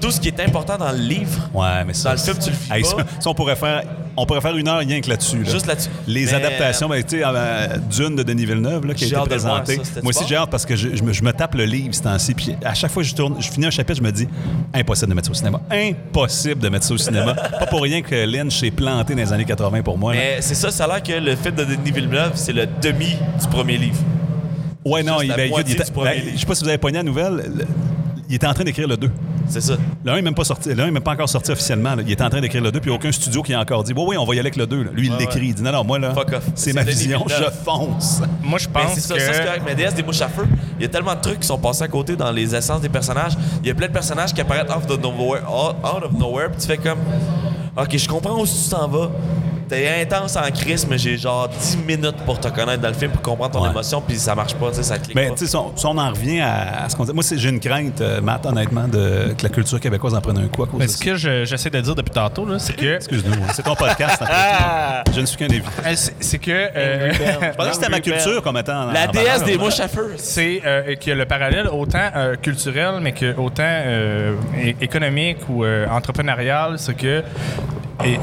tout ce qui est important dans le livre. Ouais, mais ça. Dans le film, tu le vis Hey, pas. ça, ça, on pourrait faire. On pourrait faire une heure rien que là-dessus. là. Juste là-dessus. Les Mais- adaptations, ben, tu sais, euh, Dune de Denis Villeneuve, là, qui a J'ai été hâte de le voir, présentée. ça, c'était Moi aussi, fort. j'ai hâte parce que je, je me, je me tape le livre ce temps-ci. Puis à chaque fois que je tourne, je finis un chapitre, je me dis impossible de mettre ça au cinéma. Impossible de mettre ça au cinéma. Pas pour rien que Lynch s'est planté dans les années 80 pour moi. là. Mais c'est ça, ça a l'air que le film de Denis Villeneuve, c'est le demi du premier livre. Ouais, non, Juste il, la ben, écoute, il moitié était- du premier ben, livre. je sais pas si vous avez pogné la nouvelle. le- il était en train d'écrire le 2. C'est ça. Le 1 n'est même pas sorti. Le 1 est même pas encore sorti officiellement. là. Il est en train d'écrire le 2, puis aucun studio qui a encore dit Oui, oui, on va y aller avec le 2. là. Lui, il l'écrit. Il dit Non, non, moi, là, Fuck off. c'est C'est ma Denis vision, je Villeneuve. fonce. moi, je Mais pense Ben, c'est ça, que. ça c'est correct. Mais DS des mouches à feu, il y a tellement de trucs qui sont passés à côté dans les essences des personnages. Il y a plein de personnages qui apparaissent off the nowhere, out out of nowhere, puis tu fais comme, ok, je comprends où tu t'en vas. T'es intense en crise, mais j'ai genre 10 minutes pour te connaître dans le film, pour comprendre ton Ouais. émotion, puis ça marche pas, tu sais, ça clique Mais pas. tu sais, si on, si on en revient à, à ce qu'on dit. Moi, c'est- j'ai une crainte, euh, Matt, honnêtement, de, que la culture québécoise en prenne un coup à cause Mais de ben, ce ça. que je- j'essaie de dire depuis tantôt, là, c'est que. Excuse-nous, hein. c'est ton podcast. après Ah! tout. je ne suis qu'un invité. Euh, C'est c'est que. euh, Je pensais que c'était ma culture comme étant. en- La en déesse valeur, des là. mouches à feu. c'est euh, que le parallèle autant euh, culturel mais que autant euh, é- économique ou euh, entrepreneurial, c'est que et-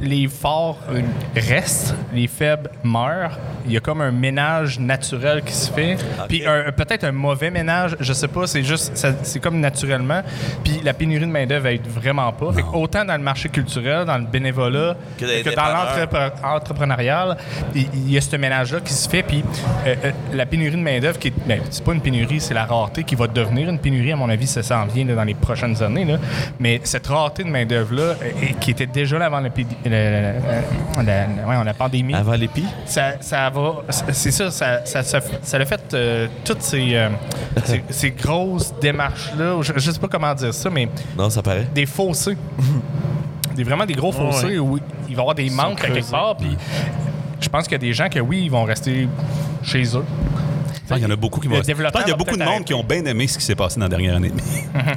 les forts euh, restent, les faibles meurent. Il y a comme un ménage naturel qui se fait. Puis un- peut-être un mauvais ménage, je sais pas, c'est juste, ça- c'est comme naturellement. Puis la pénurie de main-d'œuvre va être vraiment pas. Fait que autant dans le marché culturel, dans le bénévolat, Que dans les que dans dépanneurs. l'entre entrepreneurial, il il y a ce ménage-là qui se fait, puis euh, euh, la pénurie de main-d'œuvre, qui est- ben, c'est pas une pénurie, c'est la rareté qui va devenir une pénurie, à mon avis, ça s'en vient là, dans les prochaines années, là. mais cette rareté de main-d'œuvre-là, euh, et qui était déjà déjà là, avant le PD le- le- le- la, ouais, la pandémie. Avant l'épi? Ça, ça va. C'est ça, ça, ça, ça, ça l'a fait euh, toutes ces, euh, ces, ces grosses démarches-là. Je, je sais pas comment dire ça, mais Non, ça paraît. des fossés. des, vraiment des gros fossés ouais. où il va y avoir des manques à quelque creusés. part. Puis je pense qu'il y a des gens que oui, ils vont rester chez eux. Ah, Il y en a beaucoup qui Le vont. Je développement pense qu'il y a va beaucoup de peut-être monde qui ont bien aimé ce qui s'est passé dans la dernière année.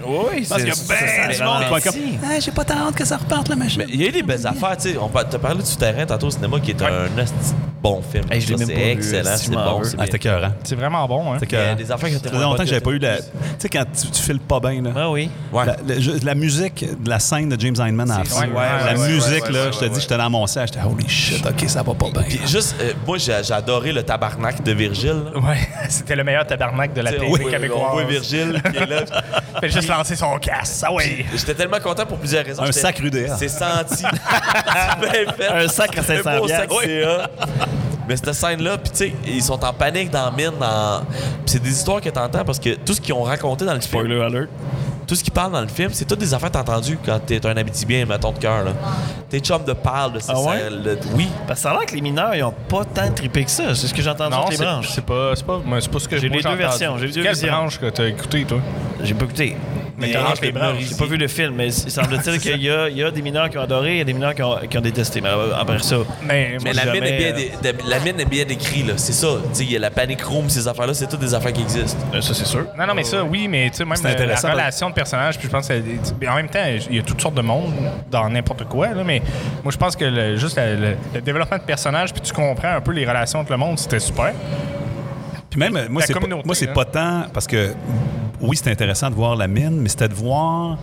Oui, Parce qu'il y a bien du monde qui va comme. Ah, J'ai pas tant hâte que ça reparte, Ah, la machine. Mais il y a eu des belles affaires, tu sais. On pa- t'as parlé du terrain tantôt au cinéma qui est un hostie de bon film. Hey, je l'ai Ça, même pas c'est vu, excellent, si c'est je m'en bon. veux. c'est Ah, bien. c'était cœur, hein? C'est vraiment bon, hein? Il y C'était a écœurant. des affaires qui ont Ça été faisait longtemps que j'avais pas eu la. Tu sais, quand tu, tu files pas bien, là. Ah oui. Ouais. La, la- je- la musique de la scène de James Hyndman à la fin. ouais, ouais, la ouais, musique, ouais, là, ouais, je te ouais, dis, j'étais dans mon siège, j'étais holy shit, ok, ça va pas bien. Puis juste, euh, moi, j'ai j'ai adoré le tabarnak de Virgile. là. Ouais, c'était le meilleur tabarnak de la Tu sais, télé on voit- québécoise. on voit Virgile qui est là. Fait juste lancer son casse, ah oui! J'étais tellement content pour plusieurs raisons. Un J'étais- sacre UDA. C'est senti. C'est bien fait. hein. Un sacre à Un beau 500 sacre CA. Mais cette scène-là, puis tu sais, ils sont en panique dans la mine. Dans... Puis c'est des histoires que t'entends parce que tout ce qu'ils ont raconté dans le film, Spoiler alert. tout ce qu'ils parlent dans le film, c'est toutes des affaires que t'as entendues quand t'es un habitibien, mettons de cœur. là. T'es chum de parle de ces Ah ouais? scènes- le- Oui. Parce que ça a l'air que les mineurs, ils ont pas tant trippé que ça. C'est ce que j'ai entendu entre les c'est branches. c'est pas, c'est pas, moi, c'est pas ce que J'ai moi, les deux entendu. versions, j'ai les deux Quelle versions. branche que t'as écouté, toi? J'ai pas écouté. Mais Mais t'as j'ai entendu les branches. pas vu le film, mais il semble-t-il qu'il y a, il y a des mineurs qui ont adoré et des mineurs qui ont, qui ont détesté. Mais euh, après ça, Euh, Mais, Mais moi, la jamais, mine, est bien, euh, dé- de- la mine est bien décrite, là. C'est ça. Tu sais, il y a la panic room, ces affaires-là, c'est toutes des affaires qui existent. euh, ça c'est sûr. Non, non, mais ça, oui, mais tu sais, même C'est la, la intéressant, relation de personnage, puis je pense que, c'est- mais en même temps, il y a toutes sortes de monde dans n'importe quoi, là, mais moi, je pense que le- juste la- le, le développement de personnage, puis tu comprends un peu les relations entre le monde, c'était super. Puis même, euh, moi, La c'est pas, communauté, moi, c'est hein. pas tant parce que oui, c'était intéressant de voir la mine, mais c'était de voir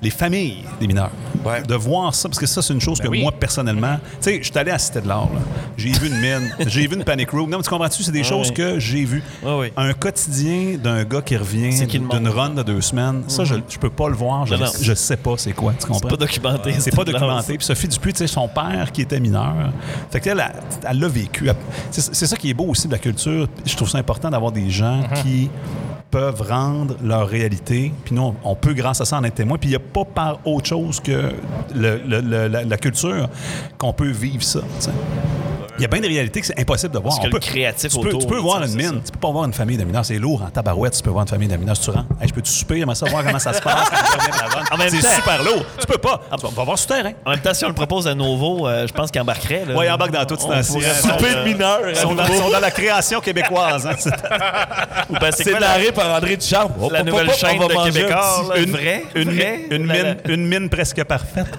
les familles des mineurs. Ouais. De voir ça, parce que ça, c'est une chose que Ben oui. moi, personnellement, tu sais, je suis allé à Cité de l'Art, là. j'ai vu une mine, j'ai vu une panic room. Non, mais tu comprends-tu, c'est des choses oui. que j'ai vues. Ah oui. Un quotidien d'un gars qui revient C'est qui le d'une monde. Mhm. run de deux semaines, ça, je, je peux pas le voir, je, Non, non. je sais pas c'est quoi, tu comprends? Euh, Pas documenté. C'est pas de la- documenté. Puis Sophie Dupuis, tu sais, son père qui était mineur. Fait qu'elle, elle elle l'a vécu. Elle- C'est c'est ça qui est beau aussi de la culture. Je trouve ça important d'avoir des gens Mm-hmm. qui peuvent rendre leur réalité. Puis nous, on, on peut, grâce à ça, en être témoin. Puis il n'y a pas par autre chose que le- le- le- la, la culture qu'on peut vivre ça. tu sais. Il y a bien des réalités que c'est impossible de voir. Parce On que le créatif tu peux, autour, tu peux voir tu sais, une c'est mine, tu peux pas voir une famille de mineurs. C'est lourd en tabarouette, tu peux voir une famille de mineurs. Si tu rentres, Hey, je peux-tu souper, j'aimerais ça voir comment ça se passe. En même c'est temps- super lourd. Tu peux pas. Tu vas- On va voir sur terrain. En même temps, si on le propose à Novo, euh, je pense qu'il embarquerait. Là. Ouais, il embarque dans tout, c'est On pourrait un souper faire, de euh, mineur. Ils sont, dans, ils sont dans la création québécoise. hein. C'est- ou ben, c'est quoi la- Scénaré par André Duchamp. Oh, Hop, la hop, hop, nouvelle hop, on chaîne va de manger un Québécois, petit- là, une- vraie, une, vraie, une la- la- mine, une mine presque parfaite.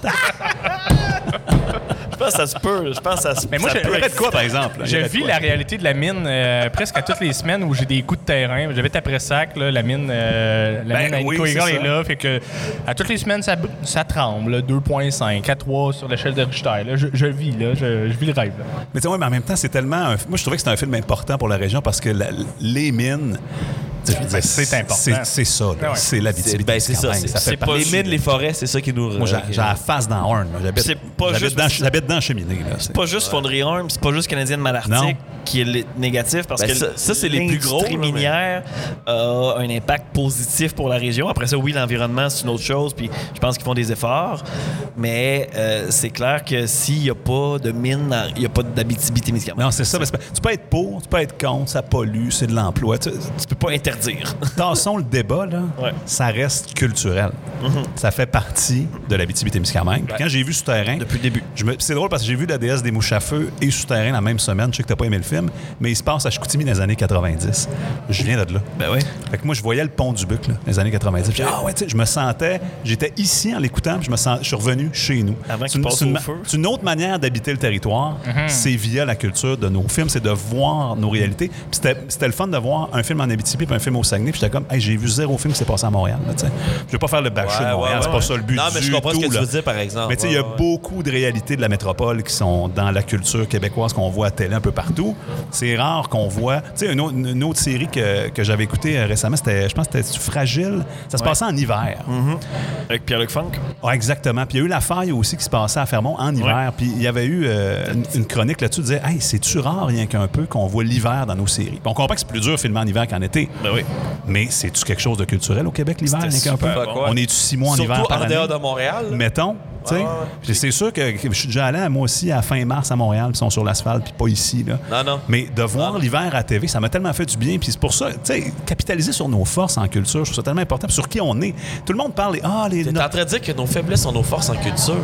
Je pense que ça se peut. Je pense que ça se Mais moi, ça je- Il y peut aurait être- de quoi, par exemple? Il y Je aurait de vis quoi? la réalité de la mine euh, presque à toutes les semaines où j'ai des coups de terrain. J'avais à Pressac, là, la mine, euh, la Ben mine à oui, Nicoya c'est est ça. là. Fait que à toutes les semaines, ça, bou- ça tremble. là, 2,5 à 3 sur l'échelle de Richter. là. Je, je vis, là, je, je vis le rêve. là. Mais, tu sais, ouais, mais en même temps, c'est tellement. un- Moi, je trouvais que c'était un film important pour la région parce que la- les mines. tu sais, je veux dire, c'est important. C'est c'est ça, là. Ah ouais. c'est la C'est- Ben, c'est ça. c'est- c'est pas- Les mines, les forêts, c'est ça qui nous. Moi, j'ai j'ai la face dans Horn. là. J'habite- C'est pas J'habite juste- dans, j'habite dans la cheminée. Là. C'est- pas juste Fonderie Arms, c'est pas juste Canadienne Non. Malartic qui est le- négatif parce Ben que ça- ça, c'est les plus gros, l'industrie là, mais- minière a un impact positif pour la région. Après ça, oui, l'environnement, c'est une autre chose, puis je pense qu'ils font des efforts, mais euh, c'est clair que s'il n'y a pas de mine, dans- il n'y a pas d'habitabilité-médicament. Non, c'est ça. parce que tu peux être pour, tu peux être contre, ça pollue, c'est de l'emploi. Tu- tu- Tu peux pas interdire. Tassons le débat, là. Ouais. Mm-hmm. Ça reste culturel. Ça fait partie de l'habitabilité-miscamingue. Quand j'ai vu Souterrain. Depuis le début. je me- C'est drôle parce que j'ai vu La déesse des mouches à feu et Souterrain la même semaine. Je sais que t'as pas aimé le film, mais il se passe à Chicoutimi dans les années 90. Je viens de là. Ben oui. Fait que moi, je voyais le pont du Buc, là, dans les années 90. Puis, ah ouais, tu sais, je me sentais. J'étais ici en l'écoutant, puis je me sens, je suis revenu chez nous. Avant C'est qu'il une- passe c'est une au ma- feu. Mhm. c'est une autre manière d'habiter le territoire. C'est via la culture de nos films, c'est de voir nos réalités. Puis c'était, c'était le fun de voir un film en Abitibi puis un film au Saguenay. Puis j'étais comme, Hey, j'ai vu zéro film qui s'est passé à Montréal. là, tu sais. je veux pas faire le bachelot Ouais, de Montréal, ouais, c'est ouais, pas ouais. ça le but Non, mais du je comprends ce que tout, tu veux là. dire, par exemple. Mais tu sais, il y a Ouais, ouais, ouais. beaucoup de réalités de la métropole qui sont dans la culture québécoise qu'on voit à télé un peu partout. C'est rare qu'on voit. Tu sais, une, autre- une autre série que, que j'avais écoutée euh, récemment, c'était, je pense que c'était Fragile. Ça se passait en hiver. Mm. Avec Pierre-Luc Funk. Ah, exactement. Puis il y a eu la faille aussi qui se passait à Fermont en hiver. Puis il y avait eu euh, une, une chronique là-dessus qui disait Hey, c'est-tu rare, rien qu'un peu, qu'on voit l'hiver dans nos séries Puis On comprend que c'est plus dur de filmer en hiver qu'en été. Ben oui. Mais c'est-tu quelque chose de culturel au Québec, l'hiver, rien qu'un peu super bon. On est-tu six mois en Surtout hiver par en année? dehors de Montréal. là. Mettons, tu sais. Ah, ouais, ouais. Puis C'est sûr que que je suis déjà allé, moi aussi, à fin mars à Montréal, puis ils sont sur l'asphalte, puis pas ici. Là. Non, non. Mais de voir l'hiver à TV, ça m'a tellement fait du bien. Puis c'est pour ça, tu sais, capitaliser sur nos forces en culture, je trouve ça tellement important. puis sur qui on est. Tout le monde parle, des- ah, les. T'es no- en train de dire que nos faiblesses sont nos forces en culture.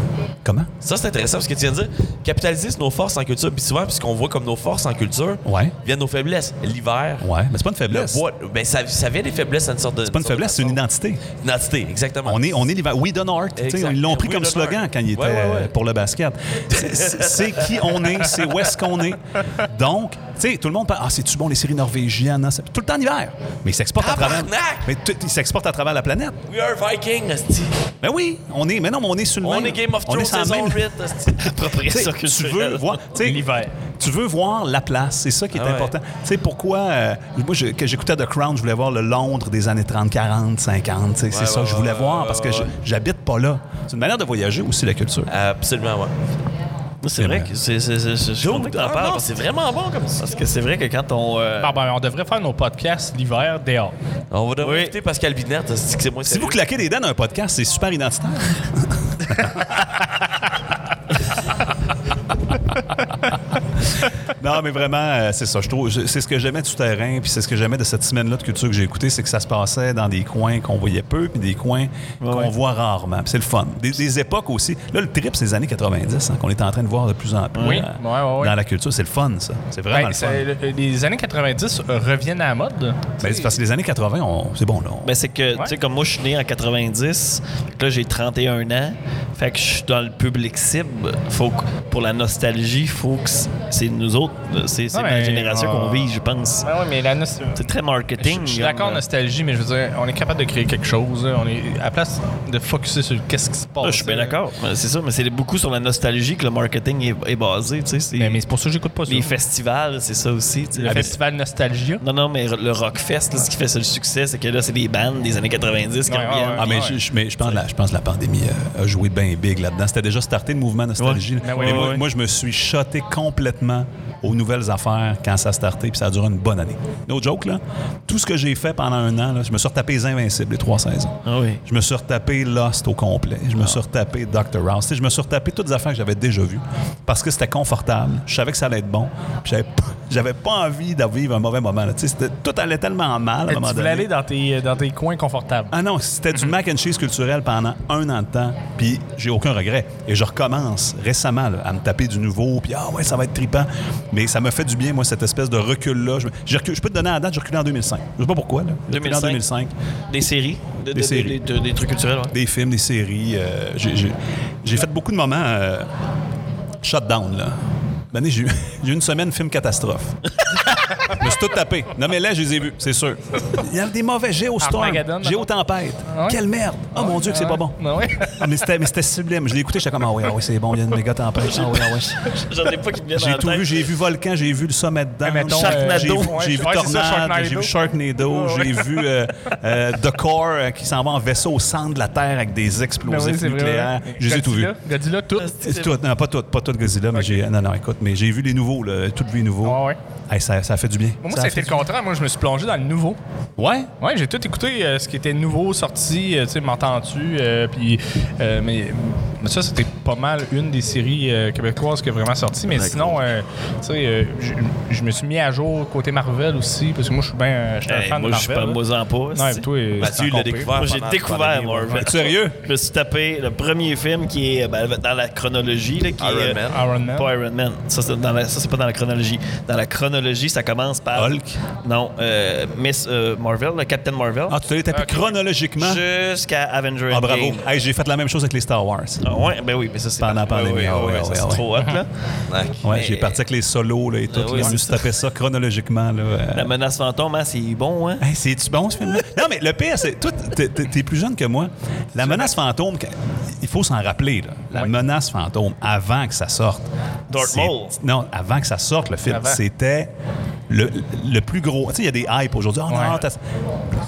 Comment? Ça, c'est intéressant parce que tu viens de dire capitaliser sur nos forces en culture. Puis souvent, puis ce qu'on voit comme nos forces en culture Ouais. viennent nos faiblesses. L'hiver, Ouais, mais c'est pas une le faiblesse. bois. Ben, ça, ça vient des faiblesses à une sorte de. C'est pas une faiblesse, c'est une identité. identité, exactement. On est, on est l'hiver. We done art. tu sais, Exact. Ils l'ont pris We comme done slogan art. quand il était Ouais, ouais, ouais. euh, pour le basket. C'est- C'est c'est qui on est, c'est où est-ce qu'on est. Donc, tu sais, tout le monde parle Ah, c'est-tu bon les séries norvégiennes hein? C'est Tout le temps en hiver. Mais ils s'exportent à travers. Tabarnak! Mais tout- ils s'exportent à travers la planète. We are Vikings, esti. Ben oui, on est. Mais non, mais on est sur le On même- est Game of on Thrones sur la saison même- 8, esti. Tu sais, Appropriation tu culturelle. veux voir tu sais, L'hiver. Tu veux voir la place, c'est ça qui est Ah ouais. important. Tu sais pourquoi euh, moi je- que j'écoutais The Crown, je voulais voir le Londres des années 30, 40, 50, tu sais, c'est ouais, ça que je voulais ouais, voir ouais, parce que ouais, je- ouais. j'habite pas là. C'est une manière de voyager aussi la culture. Absolument, ouais. C'est vrai que c'est. c'est- c'est- Je suis content que t'en Ah, parles. non, parce c'est que- vraiment bon comme ça. Parce que c'est vrai que quand on. euh, Ah, ben, on devrait faire nos podcasts l'hiver dehors. On va devoir Oui. écouter Pascal Binette, esti, que c'est moins Si vous claquez des dents dans un podcast, c'est super identitaire. non, mais vraiment, euh, c'est ça. Je trouve, je- c'est ce que j'aimais du terrain, puis c'est ce que j'aimais de cette semaine-là de culture que j'ai écoutée, c'est que ça se passait dans des coins qu'on voyait peu, puis des coins qu'on voit rarement. Puis c'est le fun. Des, des époques aussi. Là, le trip, c'est les années 90, hein, qu'on est en train de voir de plus en plus Oui. euh, Ouais, ouais, ouais. dans la culture. C'est le fun, ça. C'est vraiment Ben, le fun. ça- le- les années 90 reviennent à la mode. Ben, c'est parce que les années 80, on- c'est bon, là. on- Ben, c'est que, tu sais, comme moi, je suis né en 90, fait que là, j'ai 31 ans, fait que je suis dans le public cible. Faut que- pour la nostalgie, faut que c- c'est nous autres, euh, c'est c'est Ouais, ma mais, génération euh, qu'on vit, je pense. Ouais, ouais, mais la nostalgie. C'est très marketing. Je suis comme, d'accord, euh, nostalgie, mais je veux dire, on est capable de créer quelque chose. euh, On est à place de focuser sur qu'est-ce qui se passe. euh, ah, Je suis bien d'accord. Mais C'est ça, mais c'est beaucoup sur la nostalgie que le marketing est, est basé, tu sais. c'est- Mais, mais c'est pour ça que j'écoute pas ça. Les festivals, c'est ça aussi. tu sais. Le Ah, mais- festival Nostalgia. Non, non, mais le Rockfest, là, ce qui fait ça le succès, c'est que là, c'est des bandes des années 90 qui Ouais, ouais, reviennent. ouais. Ah, mais, Ouais. je, je- mais je pense que la, je pense que la pandémie euh, a joué bien big là-dedans. C'était déjà starté le mouvement nostalgie. là. Ben oui, Mais oui, moi, oui. moi, je me suis shoté complètement aux nouvelles affaires quand ça a starté, puis ça a duré une bonne année. No joke, là. Tout ce que j'ai fait pendant un an, là, je me suis retapé les Invincibles, les trois saisons. Ah oui. Je me suis retapé Lost au complet. Je Ah. me suis retapé Dr. House. Tu sais, Je me suis retapé toutes les affaires que j'avais déjà vues parce que c'était confortable. Je savais que ça allait être bon. Puis J'avais pas, j'avais pas envie de vivre un mauvais moment. là. Tu sais, c'était- Tout allait tellement mal à un Tu moment voulais donné. aller dans tes, euh, dans tes coins confortables. Ah non, c'était du mac and cheese culturel pendant un an de temps, puis j'ai aucun regret. Et je recommence récemment là, à me taper du nouveau, puis ah ouais, ça va être tripant. Mais ça me fait du bien, moi, cette espèce de recul-là. Je, j'ai reculé- je peux te donner la date, j'ai reculé en 2005. Je sais pas pourquoi, là. J'ai reculé 2005. en 2005. Ah, Des séries, de- de- Des de- séries. de- de- des trucs culturels. ouais. Des films, des séries. euh, j'ai, j'ai- j'ai fait beaucoup de moments euh, shutdown, là. Ben, j'ai, eu, j'ai eu une semaine film catastrophe. je me suis tout tapé. Non, mais là, je les ai vus, c'est sûr. Il y a des mauvais Géostorm, Armageddon, mettons. Ah Géotempête. ouais? Quelle merde! Oh mon Dieu, que c'est pas bon. Ah ouais? Ah, mais c'était mais c'était sublime. Je l'ai écouté, j'étais comme, ah oui, ah oui, c'est bon, il y a une méga tempête. Ah oui, ah oui. J'en ai pas qui me viennent en J'ai tout tête. vu, j'ai vu Volcan, j'ai vu le sommet dedans. Mais mettons, euh, j'ai vu, j'ai vu ouais, c'est ça, Tornade, Sharknado. j'ai vu Sharknado, Ouais, ouais. j'ai vu euh, euh, The Core euh, qui s'en va en vaisseau au centre de la Terre avec des Ben oui, explosifs c'est vrai, nucléaires. ouais. Je les ai tout vus. Godzilla, Godzilla, tout. C'est tout, non, pas tout, pas tout Godzilla, mais j'ai. Non, non, écoute, mais j'ai vu les nouveaux, là, tous les nouveaux. Ah Ouais, ouais. Hey, ça, ça fait du bien. Moi, ça Ça a fait été le du- contraire. Moi, je me suis plongé dans le nouveau. Ouais? Ouais, j'ai tout écouté euh, ce qui était nouveau, sorti, euh, tu sais, m'entends-tu, euh, puis... euh, mais, mais ça, c'était pas mal une des séries euh, québécoises qui a vraiment sorti. Mais sinon, euh, tu sais, euh, je- je me suis mis à jour côté Marvel aussi, parce que moi, je suis bien... Je suis un Hey, fan moi, de je suis pas Marvel. moi en pas. là. Ouais, c'est- mais toi, euh, c'est Mathieu, il encore l'a pire. découvert. Moi, j'ai pendant la découvert pandémie, ouais. Marvel. Sérieux? Je me suis tapé le premier film qui est ben, dans la chronologie. Là, qui Iron est, Man. Iron Man. Pas Iron Man. Ça, c'est dans la- ça, c'est pas dans la chronologie. Dans la chronologie, ça commence par. Hulk? Non, euh, Miss euh, Marvel, le Captain Marvel. Ah, tu t'es tapé chronologiquement? Jusqu'à Avenger Ah, bravo. Endgame. Hey, j'ai fait la même chose avec les Star Wars. Ah, ouais, ben oui, mais ça, c'est. Pendant la Ouais, pandémie, ouais, ah ouais, ouais, ouais, ça, C'est ouais. trop hot, là. Ouais, Mais- j'ai parti avec les solos là, et tout. Ah oui, là, je me c'est suis ça. tapé ça chronologiquement. Là, euh. La menace fantôme, hein, c'est bon, hein? Hey, c'est-tu bon ce film-là? Non, mais le pire, c'est. Toi, t'es- t'es t'es plus jeune que moi. La menace fantôme, que- il faut s'en rappeler. là. La menace fantôme, avant que ça sorte. Darth c'est- Maul. Non, avant que ça sorte, le film, Avant. c'était le, le plus gros. Tu sais, il y a des hypes aujourd'hui. Oh, non, Ouais. t'as-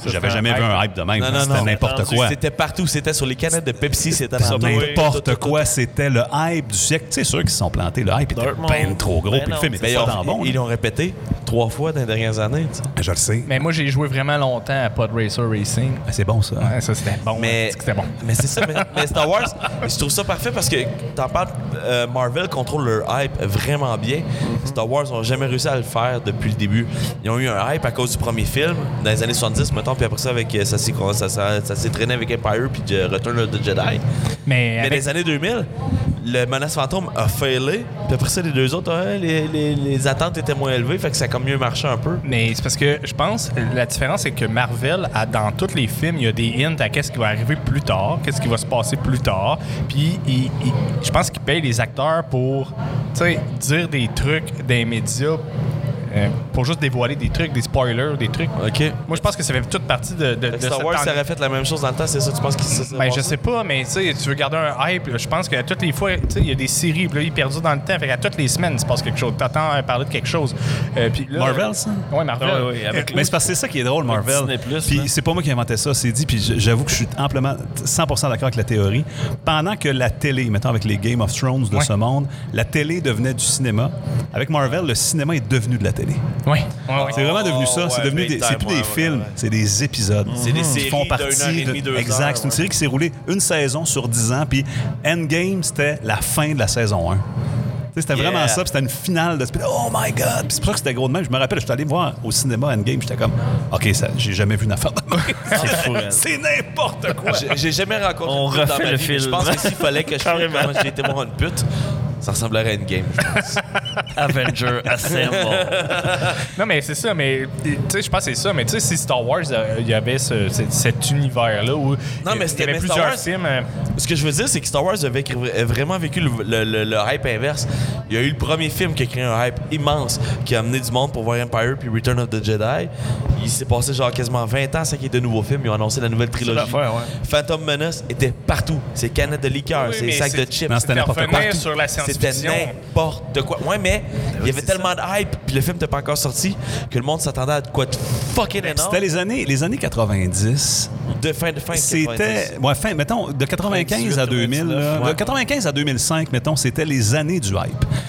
J'avais jamais vu un hype de même. hein. Non, non, C'était non. n'importe quoi. C'était partout. C'était sur les canettes de Pepsi. C'était dans tout. N'importe quoi, c'était le hype du siècle. Tu sais, ceux qui se sont plantés, le hype était Dartmouth. ben trop gros, Ben puis le non, film était Ben, ils pas ont- dans bon. Ils là. l'ont répété trois fois dans les dernières années. tu sais. Je le sais. Mais moi, j'ai joué vraiment longtemps à Pod Racer Racing. Ah, C'est bon, ça. Ouais, ça, c'était bon. Mais C'était bon. Mais c'est ça. Mais, mais Star Wars, je trouve ça parfait parce que t'en parles. euh, Marvel contrôle leur hype vraiment bien. Mm-hmm. Star Wars n'ont jamais réussi à le faire depuis le début. Ils ont eu un hype à cause du premier film dans les années 70, mettons, puis après ça, avec, euh, ça s'est ça, ça- ça s'est traîné avec Empire puis euh, Return of the Jedi. Mais Mais, avec- les années 2000, le menace fantôme a failé. Puis après ça, les deux autres, hein, les, les- les attentes étaient moins élevées, fait que ça a comme mieux marché un peu. mais c'est parce que je pense la différence, c'est que Marvel, a, dans tous les films, il y a des hints à qu'est-ce qui va arriver plus tard, qu'est-ce qui va se passer plus tard. Puis il- il- je pense qu'ils payent les acteurs pour tu sais, dire des trucs des médias, euh, pour juste dévoiler des trucs, des spoilers, des trucs. OK. Moi, je pense que ça fait toute partie de, de, de Star cette Wars, tendance. ça aurait fait la même chose dans le temps, c'est ça, tu penses que ça s'est Ben, passé? je sais pas, mais tu sais, tu veux garder un hype. là, Je pense que toutes les fois, tu sais, il y a des séries, puis là, ils perdent dans le temps. Fait qu'à toutes les semaines, il se passe quelque chose. T'entends euh, parler de quelque chose. Euh, puis là- Marvel, ça? Ouais, Marvel. Ah, Ouais, ouais, avec Mais c'est parce que c'est ça qui est drôle, Marvel. Disney+, là. Puis c'est pas moi qui ai inventé ça, c'est dit. Puis j- j'avoue que je suis amplement 100% d'accord avec la théorie. Pendant que la télé, mettons avec les Game of Thrones de Ouais. ce monde, la télé devenait du cinéma. Avec Marvel, le cinéma est devenu de la télé. Ouais, ouais, ouais. C'est vraiment devenu ça. Ah ouais, c'est devenu des- big time, c'est plus des ouais, ouais, films, ouais. c'est des épisodes. C'est des séries qui font d'une heure et partie demie, deux exact. heures, c'est une ouais. série qui s'est roulée une saison sur 10 ans. Puis Endgame, c'était la fin de la saison 1. Tu sais, C'était Yeah. vraiment ça, puis c'était une finale de Oh my God! Puis c'est pour ça que c'était gros de même. Je me rappelle, j'étais allé voir au cinéma Endgame, j'étais comme OK, ça, j'ai jamais vu une affaire de même. C'est fou, hein. c'est n'importe quoi! J'ai- J'ai jamais rencontré On une pute dans refait ma le vie, mais Je film. pense que s'il fallait que je fasse Carrément. comment j'ai été voir une pute, ça ressemblerait à une game. Avenger Assemble. Non, mais c'est ça, mais tu sais, je pense que c'est ça. Mais tu sais, si Star Wars, euh, il y avait ce- ce- cet univers-là où il mais y c'était- avait mais Star plusieurs Wars- films. euh, Ce que je veux dire, c'est que Star Wars avait cré- a vraiment vécu le, le- le- le hype inverse. Il y a eu le premier film qui a créé un hype immense, qui a amené du monde pour voir Empire puis Return of the Jedi. Il s'est passé genre quasiment 20 ans sans qu'il y ait de nouveaux films. Ils ont annoncé la nouvelle trilogie. l'affaire, ouais. Phantom Menace était partout. C'est canettes de liqueur, Oui, c'est mais sacs de c'est- chips. Non, c'était n'importe revenir quoi. sur la C'était science-fiction. n'importe quoi. Ouais, mais il y avait tellement de hype, puis le film n'était pas encore sorti, que le monde s'attendait à de quoi de fucking énorme. C'était les années, les années 90. De fin de fin. de 90. C'était, ouais, fin, mettons, de 95 à 2000, 99, là, ouais. de 95 à 2005, mettons, c'était les années du hype.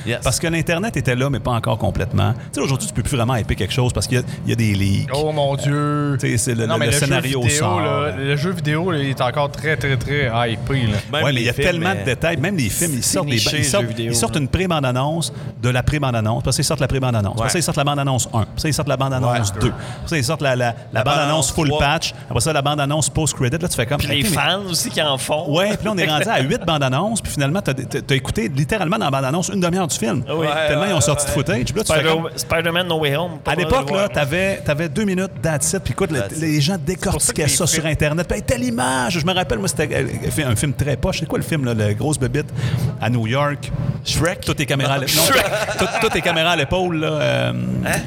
Yes. Parce que l'Internet était là, mais pas encore complètement. Tu sais, aujourd'hui, tu peux plus vraiment hyper quelque chose parce qu'il y a- il y, a des leaks. Oh mon Dieu! Tu sais, c'est le- non, le- mais le jeu scénario vidéo, sort. euh. là, le jeu vidéo, là, il est encore très, très, très hypé. Là. Même Ouais, mais les il y a films, tellement euh, de détails. Même les films, ils sortent, des, niché, ils sortent, le jeu vidéo, ils sortent là. une pré-bande-annonce de la pré-bande-annonce. Parce qu'ils sortent la pré-bande-annonce. Après ça, Ouais. ils sortent la bande-annonce 1. Après ça, ils sortent la bande-annonce 2. Après ça, ils sortent la, la- la bande-annonce bande-annonce full 3. patch. Après ça, la bande-annonce post-credit. Là, tu fais comme... Puis les OK, mais- fans aussi qui en font. Ouais, puis là, on est rendu à huit bandes annonces, puis finalement, t'as, t'as- t'as écouté littéralement dans la bande annonce une demi-heure du film. oui. Tellement Ouais, ils ont ouais, sorti ouais. de footage. Puis là, tu fais Spider- comme- Spider-Man No Way Home. pas À mal l'époque, de là, voir. t'avais, t'avais deux minutes, that's it. Puis écoute, le- That's it. les gens ça que décortiquaient les ça, sur films- Internet. Puis, hey, telle image! Je me rappelle, moi, c'était euh, un film très poche. C'est quoi le film, là, le grosse bébite à New York? Shrek. Toutes tes caméras à l'épaule. Toutes tes caméras à l'épaule, là. euh,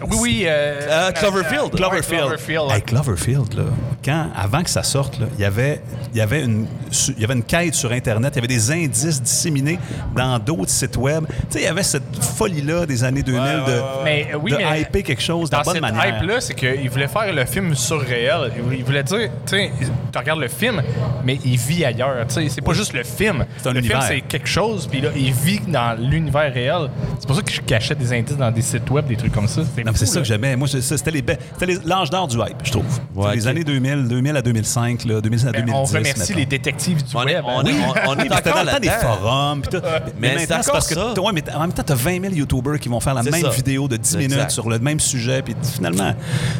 Oui, oui. euh, Euh, Cloverfield. Cloverfield. Ouais, Cloverfield, ouais. Hey, Cloverfield, là, quand, avant que ça sorte, là, il y avait, il y, avait une, su- il y avait une quête sur Internet, il y avait des indices disséminés dans d'autres sites web. Tu sais, il y avait cette folie-là des années 2000 de, Mais euh, oui, de mais hyper quelque chose de dans la bonne cette manière. hype-là, c'est qu'il voulait faire le film surréel. Il voulait- Il voulait dire, tu sais, tu regardes le film, mais il vit ailleurs. Tu sais, c'est pas juste le film. C'est un le univers. film, c'est quelque chose, puis là, il vit dans l'univers réel. C'est pour ça que je cachais des indices dans des sites web, des trucs comme ça. Non, mais fou, c'est ça là. que j'aimais. Moi, c'est- c'était les be- c'était les- l'âge d'or du hype, je trouve. Ouais, C'est les ok. années 2000, 2000 à 2005, là, 2000 à Ben, 2010. on remercie mettons. les détectives du On est- web. on est- hein. on- on est Oui, puis c'était dans encore le temps des là-dedans. forums. puis tout. Mais Mais, c'est maintenant, c'est encore parce que. ça. t- ouais, mais t- en même temps, t'as 20 000 YouTubers qui vont faire la C'est même ça. vidéo de 10 minutes Exact. sur le même sujet. Puis finalement,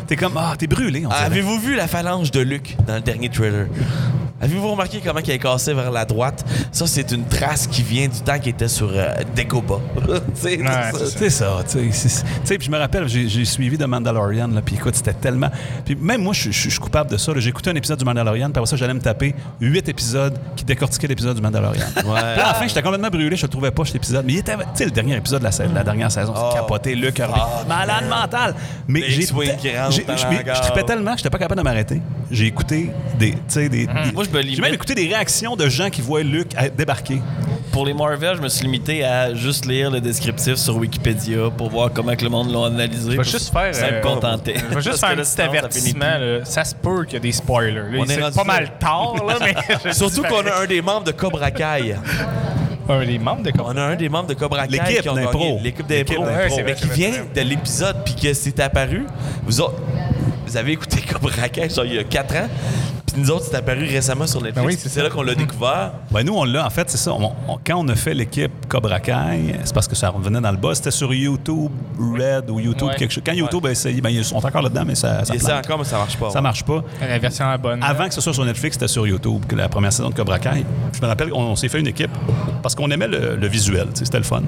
t'es comme. Ah, t'es brûlé. On Ah, dirait. Avez-vous vu la phalange de Luc dans le dernier trailer? Avez-vous remarqué comment il est cassé vers la droite? Ça, c'est une trace qui vient du temps qu'il était sur euh, Dagobah. Tu sais, Ouais, c'est c'est ça. C'est ça, tu sais. c'est- Tu sais, puis je me rappelle, j'ai j'ai suivi The Mandalorian, là, puis écoute, c'était tellement. Puis même moi, je suis- je suis je suis coupable de ça. là. J'ai écouté un épisode du Mandalorian, puis après ça, j'allais me taper huit épisodes qui décortiquaient l'épisode du Mandalorian. Puis là, à la fin, j'étais complètement brûlé, je le trouvais pas, cet épisode. Mais il était. Tu sais, le dernier épisode de la, sa- la dernière saison, c'est capoté, le cœur. Malade mental! Mais Les j'ai. X-Wing qui rentrent j'ai- dans Je le mais hangar. je tripais tellement, j'étais pas capable de m'arrêter. J'ai écouté des. Tu sais, des. des- Moi, je me J'ai même limite. écouté des réactions de gens qui voient Luc à- euh, débarquer. pour les Marvel, je me suis limité à juste lire le descriptif sur Wikipédia pour voir comment que le monde l'a analysé. Je vais juste faire. Ça me euh, contentait. Je vais juste Parce que faire un là, petit sinon, ça finit avertissement. plus. là. Ça se peut qu'il y a des spoilers. là. On est C'est rendu pas là. mal tard, là, mais. je Surtout dis qu'on pareil. a un des membres de Cobra Kai. Un des membres de On a un des membres de Cobra Kai L'équipe qui ont d'impro. gagné l'équipe d'impro, L'équipe d'impro. Ouais, c'est vrai, mais qui c'est vrai, vient de l'épisode puis que c'est apparu. Vous autres, vous avez écouté Cobra Kai genre il y a 4 ans, puis nous autres c'est apparu récemment sur Netflix. Ben oui, c'est c'est là qu'on l'a découvert. Ben nous, on l'a, en fait, c'est ça. On- on- quand on a fait l'équipe Cobra Kai, c'est parce que ça revenait dans le bas. C'était sur YouTube Red ou YouTube Ouais. quelque chose. Quand YouTube a essayé, ben, ils sont encore là-dedans, mais ça, ça, Il essaie plante. encore mais ça marche pas. ça marche pas. La version à la bonne. Avant que ce soit sur Netflix, c'était sur YouTube, que la première saison de Cobra Kai. Je me rappelle, on, on s'est fait une équipe parce qu'on aimait le, le visuel, tu sais, c'était le fun.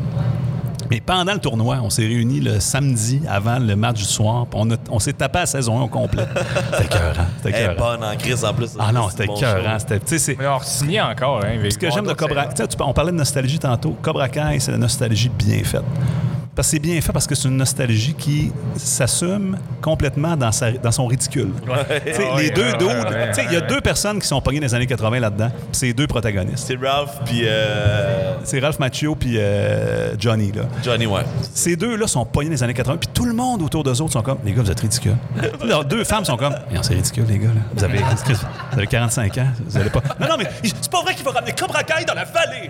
Mais pendant le tournoi, on s'est réunis le samedi avant le match du soir. puis On, a- on s'est tapé à saison 1 au complet. C'était écœurant. C'était Elle est écœurant. bonne en crise en plus. Ah non, c'était bon écœurant. show. C'était- tu sais, c'est- Mais on re-signait encore. Hein, ce que j'aime de Cobra tu sais, tu- on parlait de nostalgie tantôt. Cobra Kai, c'est la nostalgie bien faite. Parce que c'est bien fait parce que c'est une nostalgie qui s'assume complètement dans, sa- dans son ridicule. Tu sais, Ah les oui, deux ah dudes, ouais, ouais, tu sais, il y a ouais, deux personnes qui sont pognées dans les années 80 là-dedans, puis c'est les deux protagonistes. C'est Ralph puis euh, C'est Ralph Macchio puis euh, Johnny. Là. Johnny ouais. Ces deux-là sont pognés dans les années 80, puis tout le monde autour d'eux autres sont comme Les gars, vous êtes ridicules. Leurs deux femmes sont comme Non, c'est ridicule, les gars. là. Vous, avez, vous avez 45 ans, vous allez pas. Non, non, mais c'est pas vrai qu'il va ramener Cobra Kai dans la vallée.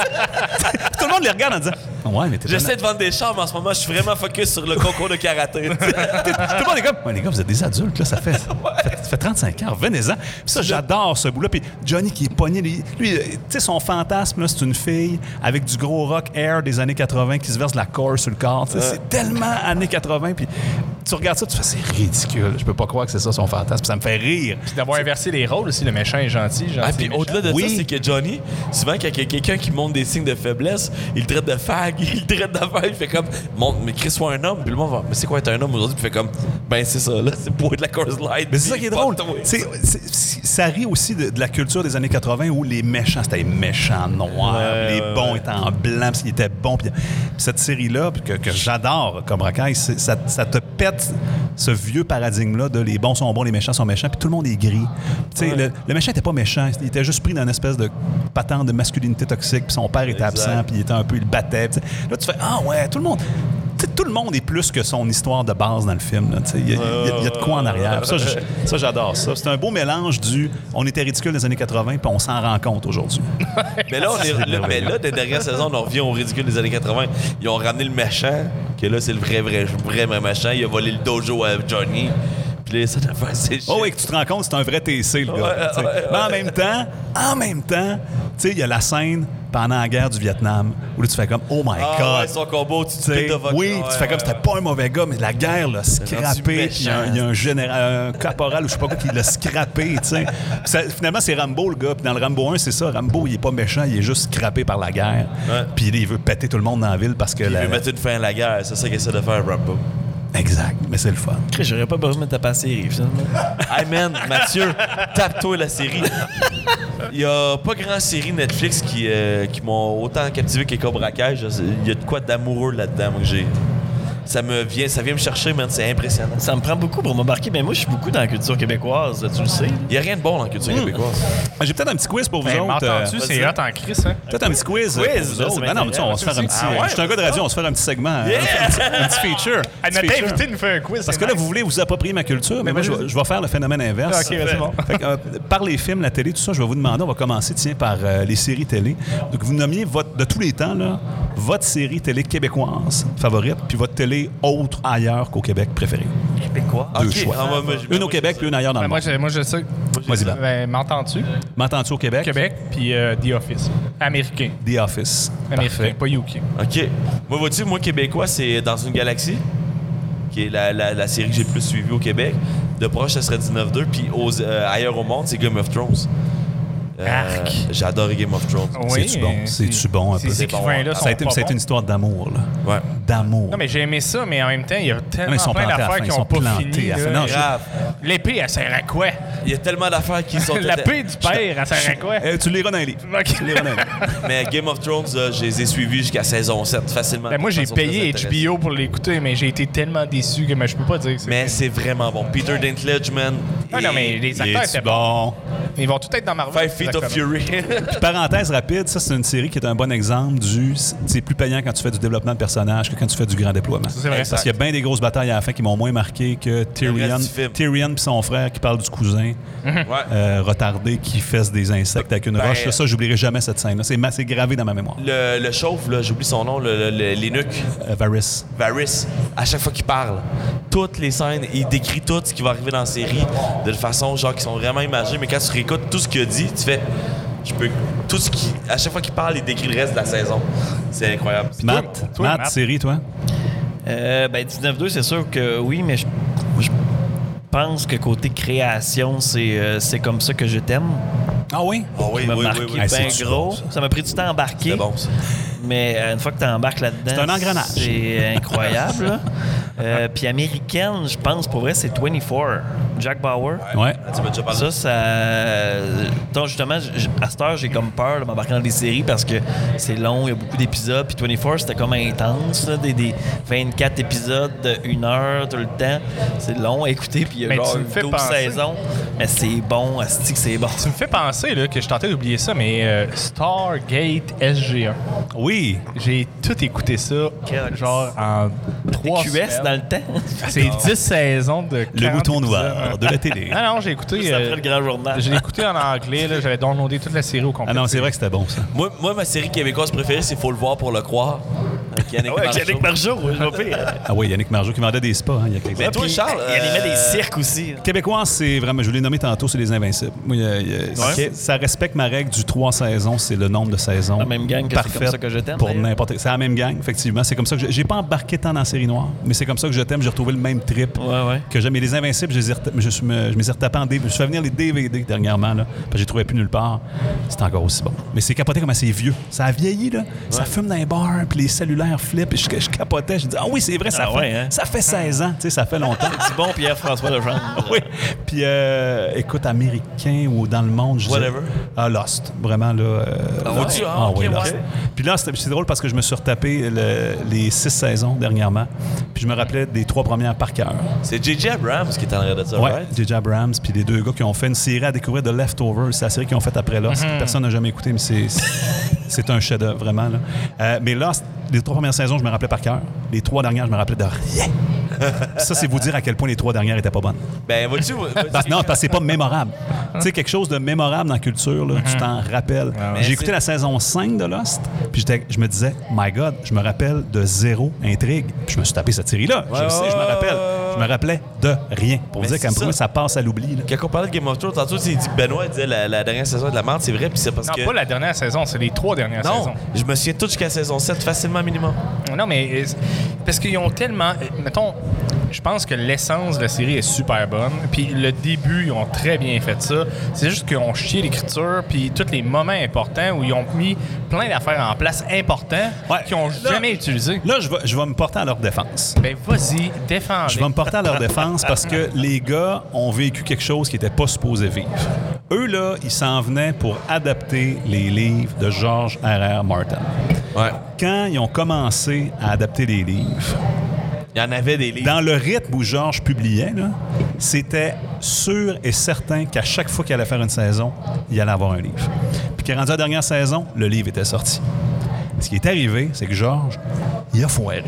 tout le monde les regarde en disant Ouais, mais t'es pas- J'essaie de vendre des chars, mais en ce moment, je suis vraiment focus sur le concours de karaté. Tout le monde est comme, ouais, les gars, vous êtes des adultes, là, ça fait, ça fait- ça fait 35 ans, revenez-en. Puis ça, j'adore ce bout-là. Puis Johnny qui est pogné, lui, lui, euh, tu sais, son fantasme, là, c'est une fille avec du gros rock air des années 80 qui se verse de la core sur le corps. tu sais. C'est tellement années 80. Puis tu regardes ça, tu fais, c'est ridicule. Je peux pas croire que c'est ça son fantasme. Puis ça me fait rire. D'avoir inversé les rôles aussi, le méchant est gentil. gentil Ah, puis est méchant. au-delà de Oui. ça, c'est que Johnny, souvent, quand il y a quelqu'un qui montre des signes de faiblesse, il le traite de fag, il le traite d'affaire, il fait comme, montre, mais Chris, soit un homme, puis le monde va, mais c'est quoi être un homme aujourd'hui? Puis il fait comme, ben c'est ça, là, c'est pour être la course light. Mais c'est ça qui est drôle. C'est- c'est- c'est- ça rit aussi de, de la culture des années 80 où les méchants, c'était les méchants noirs, les bons étaient en blanc, puis ils étaient bons. Puis puis cette série-là, puis que, que j'adore, comme Racaille, ça, ça te pète ce vieux paradigme-là de les bons sont bons, les méchants sont méchants, puis tout le monde est gris. Tu sais, le, le méchant n'était pas méchant, il était juste pris dans une espèce de patente de masculinité toxique, puis son père était absent, puis il était un peu, il le battait. puis tu sais. Là, tu fais, ah ouais, tout le monde... tu sais, Tout le monde est plus que son histoire de base dans le film. là, tu sais. Il y a- il y a- il y a de quoi en arrière. Ça, Euh. je- ça, j'adore ça. C'est un beau mélange du on était ridicule dans les années 80 puis on s'en rend compte aujourd'hui. Mais là, on est, là, mais là, des dernières saisons, on en revient au ridicule des années 80. Ils ont ramené le méchant, que là, c'est le vrai, vrai, vrai, vrai méchant. Il a volé le dojo à Johnny. Puis là, ça t'a fait assez chier. Oh oui, que tu te rends compte, c'est un vrai TC, le gars. Ouais, tu sais. ouais, Mais en même temps, en même temps, tu sais, il y a la scène pendant la guerre du Vietnam où là, tu fais comme Oh my Ah, God. ouais, son combo, tu Tu te sais, fais de voc- oui, ouais, tu fais comme ouais, c'était pas un mauvais gars, mais la guerre l'a rendu scrappé. puis Il y, a un- il y a un général, un caporal ou je sais pas quoi qui l'a scrappé. tu sais. Puis ça- Finalement, c'est Rambo le gars. Puis dans le Rambo 1, c'est ça. Rambo, il est pas méchant, il est juste scrappé par la guerre. Ouais. Puis il veut péter tout le monde dans la ville parce que. Il la- veut mettre une fin à la guerre, c'est ça qu'il essaie de faire, Rambo. Exact, mais c'est le fun. Chris, J'aurais pas besoin de taper la série, finalement. Hey man, Mathieu, tape-toi la série. Il y a pas grand série Netflix qui, euh, qui m'ont autant captivé que Cobra Kai. Je sais- Il y a de quoi d'amoureux là-dedans, moi, que j'ai. Ça me vient, ça vient me chercher, man, c'est impressionnant. Ça me prend beaucoup pour m'embarquer, mais moi, je suis beaucoup dans la culture québécoise, tu le sais. Il y a rien de bon dans la Hmm. culture québécoise. Ah, J'ai peut-être un petit quiz pour vous Ben, autres. euh, M'entends-tu, c'est hot en crise, hein? Peut-être un petit Quiz, quiz. euh, pour vous là, ça autres. Ah non, mais tu sais, on va se faire un petit. Ah ouais? je suis un gars de radio, on va se faire un petit segment. euh, Un, petit, un petit feature. un petit notre feature. invité nous fait un quiz. Parce que là, vous voulez vous approprier ma culture, mais, Mais moi, je, vas-y. vais- je vais faire le phénomène inverse. Ben Ah, Ok, vas-y, bon. Fait que, euh, par les films, la télé, tout ça, je vais vous demander, on va commencer, tiens, par euh, les séries télé. Donc, vous nommiez votre, de tous les temps, là, votre série télé québécoise favorite, puis votre télé autre ailleurs qu'au Québec préférée. Québécois. Deux Ok, choix. ah, moi, moi, j'ai- Une au Québec, puis une ailleurs dans le Ben, moi, monde. je, moi, je sais. Vas-y, Ben. Ben, M'entends-tu? M'entends-tu au Québec? Québec, puis euh, The Office. Américain. The Office. Américain, pas UK. Ok. Moi, vois-tu, moi, québécois, c'est Dans une galaxie, qui est la, la- la série que j'ai le plus suivie au Québec. De proche, ça serait 19-2. Puis aux- euh, ailleurs au monde, c'est Game of Thrones. Euh, Arc. J'ai adoré Game of Thrones. Oui, C'est-tu bon? euh, C'est-tu bon un peu? Ces C'est écrivains-là bon. sont Ça a été, pas ça a été bons. une histoire d'amour, là. Ouais. D'amour. Non, mais j'ai aimé ça, mais en même temps, il y a Non, mais tellement ils sont plein plantés à la d'affaires fin, qui ils sont n'ont pas plantés fini. à la fin. là. Non, je- Grave. L'épée, elle sert à quoi? Il y a tellement d'affaires qui sont. La paix du père, elle sert à quoi? Euh, tu liras dans les livres. Ok. Tu liras dans les livres. Mais Game of Thrones, là, je les ai suivis jusqu'à saison 7 facilement. Ben, moi, de j'ai façon payé très intéressante. HBO pour l'écouter, mais j'ai été tellement déçu que mais je peux pas dire que c'est- Mais c'est vraiment bon. Peter Dinklage, man. Ah Et non, mais les Il acteurs est-tu étaient bons. bon. Ils vont tout être dans Marvel. Five Feet of exactement. Fury. Puis parenthèse rapide, ça c'est une série qui est un bon exemple du c'est plus payant quand tu fais du développement de personnage que quand tu fais du grand déploiement. C'est vrai. Parce qu'il y a bien des grosses batailles à la fin qui m'ont moins marqué que Tyrion, du film. Tyrion puis son frère qui parle du cousin Ouais. euh, retardé qui fesse des insectes avec une Ben, roche. Ça, j'oublierai jamais cette scène-là. C'est ma- c'est gravé dans ma mémoire. Le, le chauve, là, j'oublie son nom, le- le- le- l'Énuque, Euh, Varys. Varys, à chaque fois qu'il parle, toutes les scènes, il décrit tout ce qui va arriver dans la série de façon genre qui sont vraiment imagées, mais quand tu réécoutes tout ce qu'il a dit, tu fais je peux tout ce qui à chaque fois qu'il parle, il décrit le reste de la saison. C'est incroyable. Matt, toi, Matt, Matt. série, toi? Euh, ben 19-2, c'est sûr que oui, mais je, je pense que côté création, c'est euh, c'est comme ça que je t'aime. Ah oui? Ah oui, Qui m'a oui, marqué oui, oui. Ah, bien c'est-tu gros. bon, ça? ça m'a pris du temps à embarquer. C'est bon ça. Mais euh, une fois que tu embarques là-dedans, C'est un engrenage. C'est incroyable. là. Euh, Puis américaine, je pense pour vrai, c'est 24. Jack Bauer. Ouais. Ah, Tu m'as déjà parlé. Ça, ça. euh, Donc, justement, j- j- à cette heure, j'ai comme peur de m'embarquer dans des séries parce que c'est long, il y a beaucoup d'épisodes. Puis 24, c'était comme intense, là, des, des 24 épisodes de 1 heure tout le temps. C'est long à écouter, puis il y a Mais genre tu me fais 12 penser. saisons. Mais c'est bon, asti que c'est bon. Tu me fais penser là, que je tentais d'oublier ça, mais euh, Stargate SG1. Oui. J'ai tout écouté ça, Quel- genre en trois QS dans le temps. C'est 10 saisons de Le 40 bouton épisodes. noir de la télé. Ah non, j'ai écouté. Juste euh, après le grand journal. Ah, J'ai écouté en anglais, là, j'avais downloadé toute la série au complet. Ah non, c'est vrai que c'était bon, ça. Moi, moi, ma série québécoise préférée, c'est Faut le voir pour le croire. Avec Yannick Ouais, avec Marchand. Yannick Margeau, ouais, je m'en fais. Ah oui, Yannick Margeau qui vendait des spas hein, il y a quelques Mais années. toi, Charles, Il animait des euh, cirques aussi. hein. Québécois, c'est vraiment, je vous l'ai nommé tantôt, c'est les Invincibles. Moi, il y a- il y a- c'est- Ça respecte ma règle du trois saisons, c'est le nombre de saisons. La même gang que c'est parfaite comme ça que je t'aime, Pour d'ailleurs. n'importe C'est la même gang, effectivement. C'est comme ça que je- j'ai pas embarqué tant dans la série noire, mais c'est comme ça que je t'aime. J'ai retrouvé le même trip Ouais, ouais. que j'aime. Et les Invincibles, je, les ai reta- je, suis- me- je me suis retapé en DVD. Je suis venir les DVD dernièrement, là, parce que j'ai trouvé plus nulle part. C'est encore aussi bon. Mais c'est capoté comme c'est vieux. Ça a vieilli, là. Ça fume dans les bars, puis les cellulaires flippent. Et Je, je capotais. Je dis, ah oui, c'est vrai, ça, Ah fait, ouais, hein? ça fait 16 ans. Tu sais, ça fait longtemps. C'est bon, Pierre-François Legendre. Ah Oui. Puis, euh, écoute, américain ou dans le monde, je dirais- Whatever. Ah, Lost. Vraiment, là. euh, Lost. ouais? Ah, Ah, ok, oui, Lost. ouais. Puis là, c'est c'est drôle parce que je me suis retapé le- les six saisons dernièrement. Puis je me rappelais des trois premières par cœur. C'est J.J. Abrams qui est en arrière de ça, Ouais, right? J.J. Abrams, puis les deux gars qui ont fait une série à découvrir de Leftovers. C'est la série qu'ils ont faite après Lost. Mm-hmm. que Personne n'a jamais écouté, mais c'est- c'est c'est un chef-d'œuvre, vraiment. Là. Euh, mais Lost, les trois premières saisons, je me rappelais par cœur. Les trois dernières, je me rappelais de rien. ça, c'est vous dire à quel point les trois dernières étaient pas bonnes. Ben, vas-tu. Parce, Bah, non, parce que c'est pas mémorable. tu sais, quelque chose de mémorable dans la culture, là, tu t'en rappelles. Ah ouais. J'ai écouté la saison 5 de Lost, puis j'étais- je me disais, my God, je me rappelle de zéro intrigue. Puis je me suis tapé cette série-là. je Ouais, le sais, je me ouais, rappelle. ouais, Je me rappelais de rien. Pour vous Mais dire qu'à c'est moi, ça. ça passe à l'oubli. là. Quand on parlait de Game of Thrones, tantôt, tu sais, il dit Benoît il disait la, la dernière saison est de la merde, c'est vrai, puis c'est parce Non, que. pas la dernière saison, c'est les trois dernières non, saisons. je me souviens tout jusqu'à saison 7, facilement minimum. Non, mais euh, c'est- parce qu'ils ont tellement. euh, Mettons, je pense que l'essence de la série est super bonne. Puis le début, ils ont très bien fait ça. C'est juste qu'ils ont chié l'écriture, puis tous les moments importants où ils ont mis plein d'affaires en place importants Ouais. qu'ils n'ont Là- jamais utilisées. Là, je vais, je vais me porter à leur défense. Ben vas-y, défends. Je vais me porter à leur défense parce que les gars ont vécu quelque chose qui n'était pas supposé vivre. Eux, là, ils s'en venaient pour adapter les livres de George R.R. Martin. Ouais. Quand ils ont commencé à adapter les livres, Il y en avait des livres. dans le rythme où Georges publiait, là, c'était sûr et certain qu'à chaque fois qu'il allait faire une saison, il allait avoir un livre. Puis qu'il est rendu à la dernière saison, le livre était sorti. Ce qui est arrivé, c'est que Georges, il a foiré.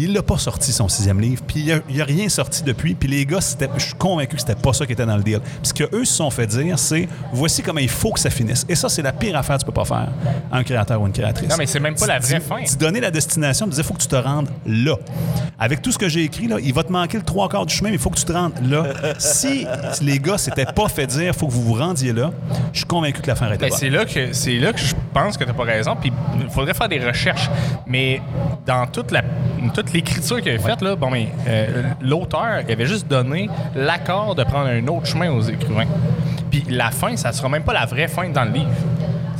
Il n'a pas sorti son sixième livre, puis il n'a rien sorti depuis. Puis les gars, c'était- je suis convaincu que c'était pas ça qui était dans le deal. Puis ce qu'eux se sont fait dire, c'est voici comment il faut que ça finisse. Et ça, c'est la pire affaire que tu peux pas faire à un créateur ou une créatrice. Non, mais c'est même pas Tu la vraie dis- fin. tu donner la destination, il disait, il faut que tu te rendes là. Avec tout ce que j'ai écrit, là, il va te manquer le trois quarts du chemin, mais il faut que tu te rendes là. si les gars s'étaient pas fait dire, faut que vous vous rendiez là, je suis convaincu que l'affaire était Ben, bonne. c'est là que c'est là que je pense que t'as pas raison. Puis il faudrait faire des recherches, mais dans toute la toute l'écriture qu'il avait faite là, bon mais euh, l'auteur il avait juste donné l'accord de prendre un autre chemin aux écrivains. Puis la fin, ça sera même pas la vraie fin dans le livre.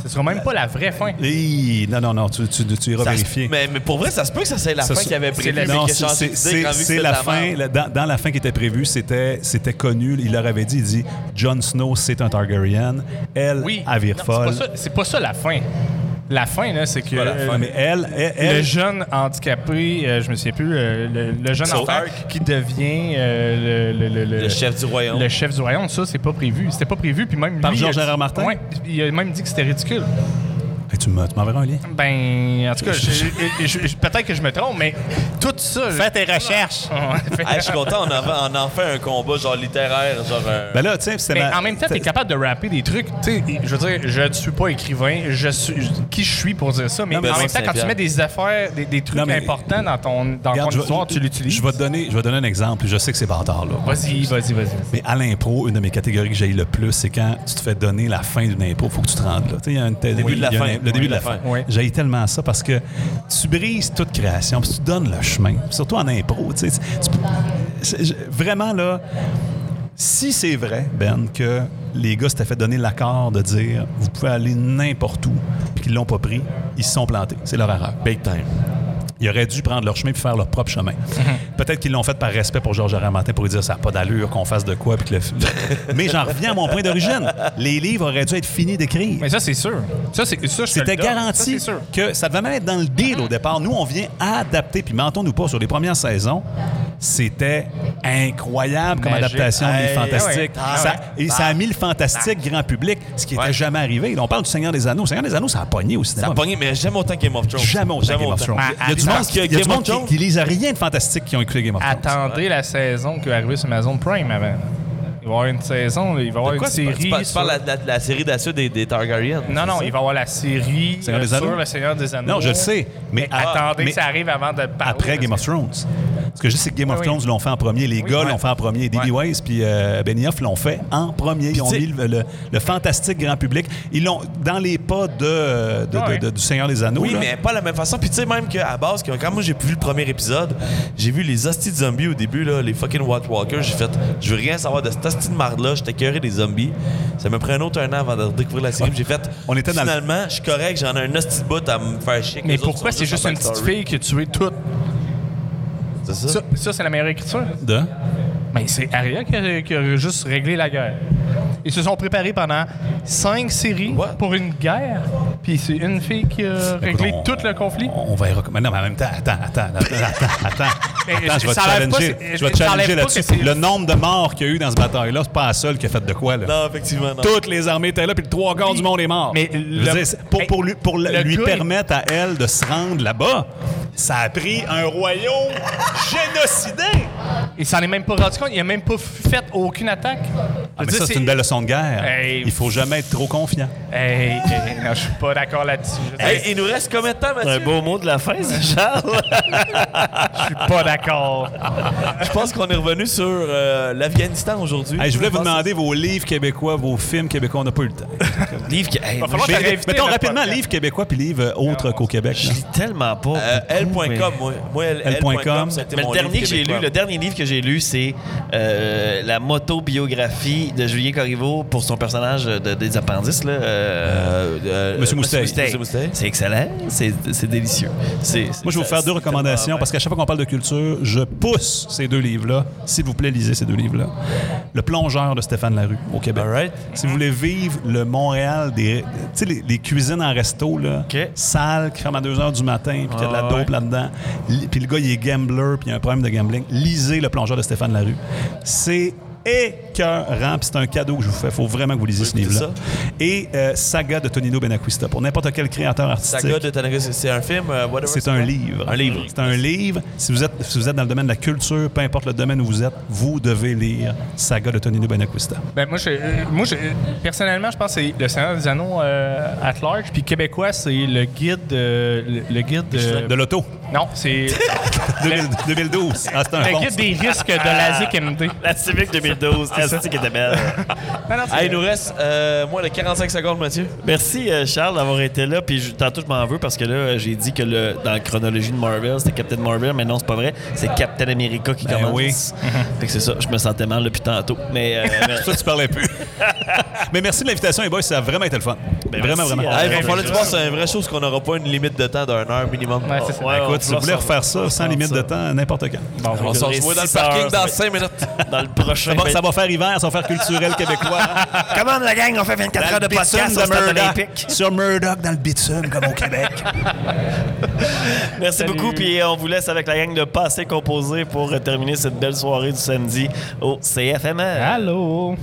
C'est Ce sera même pas la vraie fin. Hey, non, non, non, tu, tu, tu iras Ça se- vérifier. Mais, mais pour vrai, ça se peut que ça c'est la Ça fin se- qu'il avait c'est prévue. la- mais Non, qu'il a c'est- changé c'est- d'idée quand vu c'est que c'est c'était la de fin. merde. la- dans, dans la fin qui était prévue, c'était c'était connu. Il leur avait dit, il dit, Jon Snow, c'est un Targaryen. Elle, Oui. elle vire Non, folle. c'est pas ça- C'est pas ça la fin. La fin, là, c'est que. pas la euh, fin. Mais elle, elle, Le elle- jeune handicapé, euh, je me souviens plus, euh, le, le jeune Stark. enfant qui devient euh, le, le- le- le- Le chef du royaume. Le chef du royaume, ça, c'est pas prévu. C'était pas prévu, puis même Par lui, George il a dit- R. R. Martin? Ouais, il a même dit que c'était ridicule. Hey, tu m'en- tu m'enverras un lien. Ben, en tout cas, je- je- je- je- peut-être que je me trompe, mais tout ça... Fais tes recherches! Ah, je suis content, on, avait, on en fait un combat genre littéraire, genre euh, un- Ben là, tu sais, c'était Mais ma- en même temps, t'es c'était- capable de rapper des trucs. Tu sais, je veux dire, je ne suis pas écrivain. Je suis je- qui je suis pour dire ça. Mais Non, mais en non, même temps, quand Saint-Pierre. tu mets des affaires, des, des trucs Non, mais- importants dans ton dans Regarde, ton je vais- histoire, tu l'utilises. Je vais te donner, je vais te donner un exemple. puis Je sais que c'est bâtard là. Vas-y, vas-y, vas-y. Mais à l'impro, une de mes catégories que j'ai le plus, c'est quand tu te fais donner la fin d'une impro, faut que tu te rendes là. Tu sais, il y a un le début de la fin. Le début Oui, de la la fin. fin. Oui. J'ai tellement ça parce que tu brises toute création, puis tu donnes le chemin. Surtout en impro, tu sais. tu- tu peux- c'est- je- vraiment là. Si c'est vrai, Ben, que les gars s'étaient fait donner l'accord de dire vous pouvez aller n'importe où, puis qu'ils l'ont pas pris, ils se sont plantés. C'est leur erreur. big time. Ils auraient dû prendre leur chemin puis faire leur propre chemin. Mhm. Peut-être qu'ils l'ont fait par respect pour Georges Aramatin pour lui dire ça n'a pas d'allure qu'on fasse de quoi. Puis que le... Mais j'en reviens à mon point d'origine. Les livres auraient dû être finis d'écrire. Mais ça, c'est sûr. Ça, c'est ça. je te C'était le donne. Ça, garanti c'est sûr. que ça devait même être dans le deal au départ. Nous, on vient adapter. Puis mentons-nous pas, sur les premières saisons, c'était incroyable comme Magique. adaptation de Hey, L'Île Fantastique. ah ouais. Bah. Ça- Ah et ça a mis le fantastique grand public, ce qui n'était Ouais. jamais arrivé. On parle du Seigneur des Anneaux. Le Seigneur des Anneaux, ça a pogné au cinéma. Ça a Ah, pogné, mais j'aime autant Game of Thrones. Jamais autant Game of Thrones. Ah, Il y a du monde, Parce qui, que il y a du Game monde of qui- Thrones, qui lisent rien de fantastique qui ont écouté Game of Thrones. Attendez la saison qui est arrivée sur Amazon Prime avant. Il va y avoir une saison, là, il va y avoir Quoi, une tu, série. tu parles- tu sur- parles de la, de la série d'assaut des, des Targaryens. Non, non, il va y avoir la série Seigneur euh, des Anneaux? sur le Seigneur des Anneaux. Non, je le sais, mais à- attendez mais que ça arrive avant de parler. Après Game of Ah, parce Ah Thrones. Ce que je dis, c'est que Game of Oui, Thrones oui. l'ont fait en premier. Les Oui, gars ouais. l'ont fait en premier. Daily Weiss puis euh, Benioff l'ont fait en premier. Ils ont tu sais- mis le, le- le fantastique grand public. Ils l'ont dans les pas de, euh, de- Ah Ouais. de- de- du Seigneur des Anneaux. Oui, là. mais pas de la même façon. Puis tu sais, même qu'à base, quand quand moi j'ai vu le premier épisode, j'ai vu les hosties de zombies au début, là, les fucking White Walkers. J'ai fait, je veux rien savoir de cette hostie de marde-là. J'étais curé des zombies. Ça me prend un autre un an avant de redécouvrir la série. Puis J'ai fait, On était dans le- finalement, je suis correct, j'en ai un hostie de bout à me faire chier. que Mais les autres pourquoi sont c'est juste en une petite backstory. fille qui a tué tout? C'est ça? Ça, ça, c'est la meilleure écriture. De- Mais c'est Arya qui a, qui a juste réglé la guerre. Ils se sont préparés pendant cinq séries What? pour une guerre, puis c'est une fille qui a Écoute, réglé on- tout le conflit. On verra. comment- Non, mais en même temps, attends, attends, attends, attends, attends. Mais Attends, je vais te ça enlève pas, challenger, c'est- je vais te ça enlève challenger pas que là-dessus. c'est- Le nombre de morts qu'il y a eu dans ce bataille-là, c'est pas la seule qui a fait de quoi. Là. Non, effectivement, non. Toutes les armées étaient là, Ah. puis le trois quarts du monde est mort. Mais Je veux le- dire, c'est- pour, pour lui, pour le- Le lui gars, il- permettre à elle de se rendre là-bas, ça a pris un royaume génocidé. Il s'en est même pas rendu compte, il a même pas fait aucune attaque. Ah, mais ça, c'est une belle leçon de guerre. Hey. Il faut jamais être trop confiant. Hey, hey, non, je suis pas d'accord là-dessus. Je Hey, il nous reste combien de temps, C'est un Mathieu? beau mot de la fin, ça, Charles. je suis pas d'accord. Je pense qu'on est revenu sur euh, l'Afghanistan aujourd'hui. Hey, je voulais vous pense- demander vos livres québécois, vos films québécois. On n'a pas eu le temps. Livre qui. Hey, Va falloir Mais- t'arrêter mettons le rapidement, podcast. livres québécois puis livres euh, autres qu'au Québec. je là. lis tellement pas. Euh, beaucoup, mais- L.com, moi. Moi, L- L.com, L.com, ça a été Mais mon le dernier livre que j'ai lu, québécois. le dernier livre que j'ai lu, c'est euh, la motobiographie de Julien Corriveau pour son personnage de- des appendices. Là, euh, euh, Monsieur Moustache. Monsieur Moustache. C'est excellent, c'est c'est délicieux. C'est- Moi, je vais vous faire deux recommandations parce qu'à chaque fois qu'on parle de culture, je pousse ces deux livres-là. S'il vous plaît, lisez ces deux livres-là. Le plongeur de Stéphane Larue au Québec. All right. Si vous voulez vivre le Montréal des. Tu sais, les, les cuisines en resto, là. OK. Sales qui ferment à 2 h du matin, puis qu'il y a de la Ah, dope ouais. là-dedans. Li- Puis le gars, il est gambler, puis il a un problème de gambling. Lisez Le plongeur de Stéphane Larue. C'est écœurant, puis c'est un cadeau que je vous fais. faut vraiment que vous lisiez ce écouter livre-là. Et euh, Saga de Tonino Benacquista, pour n'importe quel créateur artistique. Saga de Tanaka, c'est- c'est un film, euh, whatever. C'est un livre. Un livre. C'est un livre. Si vous, êtes, si vous êtes dans le domaine de la culture, peu importe le domaine où vous êtes, vous devez lire Saga de Tonino Benacquista. Ben, moi, je, euh, moi je- euh, personnellement, je pense que c'est le Seigneur des Anneaux euh, at large. Puis québécois, c'est le guide, euh, le, le guide euh, De l'auto. Non, c'est 2000 2012. Ah, c'est un le fond. guide des risques de la ZICMD. La Civic 2012, c'est ça qui était belle. Non, non, Ah, c'est- il nous reste euh, moins de 45 secondes, Mathieu. Merci euh, Charles d'avoir été là. Puis je- tantôt je m'en veux parce que là j'ai dit que le, dans la chronologie de Marvel c'était Captain Marvel, mais non c'est pas vrai, c'est Captain America qui Ben commence. oui. Fait que c'est ça, je me sentais mal depuis tantôt. Mais euh, ben, Toi, tu parlais plus. Mais merci de l'invitation, les boys. Ça a vraiment été le fun. Ben, vraiment, merci, vraiment. hein. Ah, il va ouais, falloir je- tu vois, c'est une vraie chose qu'on n'aura pas une limite de temps d'une heure minimum. Ouais, c'est ça. ouais, on Écoute, si va vous voulez s'en- refaire ça on sans va limite faire de ça. temps, n'importe quand. Bon, on va s'en durer revoit dans le six parking heures, dans ça 5 minutes. dans le prochain. Ça va, ça va faire hiver, ça va faire culturel québécois. Comment la gang on fait 24 heures de bitume podcast au de Stade Murdoch. olympique. Sur Murdoch dans le bitume, comme au Québec. Merci Salut. beaucoup puis euh, on vous laisse avec la gang de passé composé pour euh, terminer cette belle soirée du samedi au CFMR. Allô?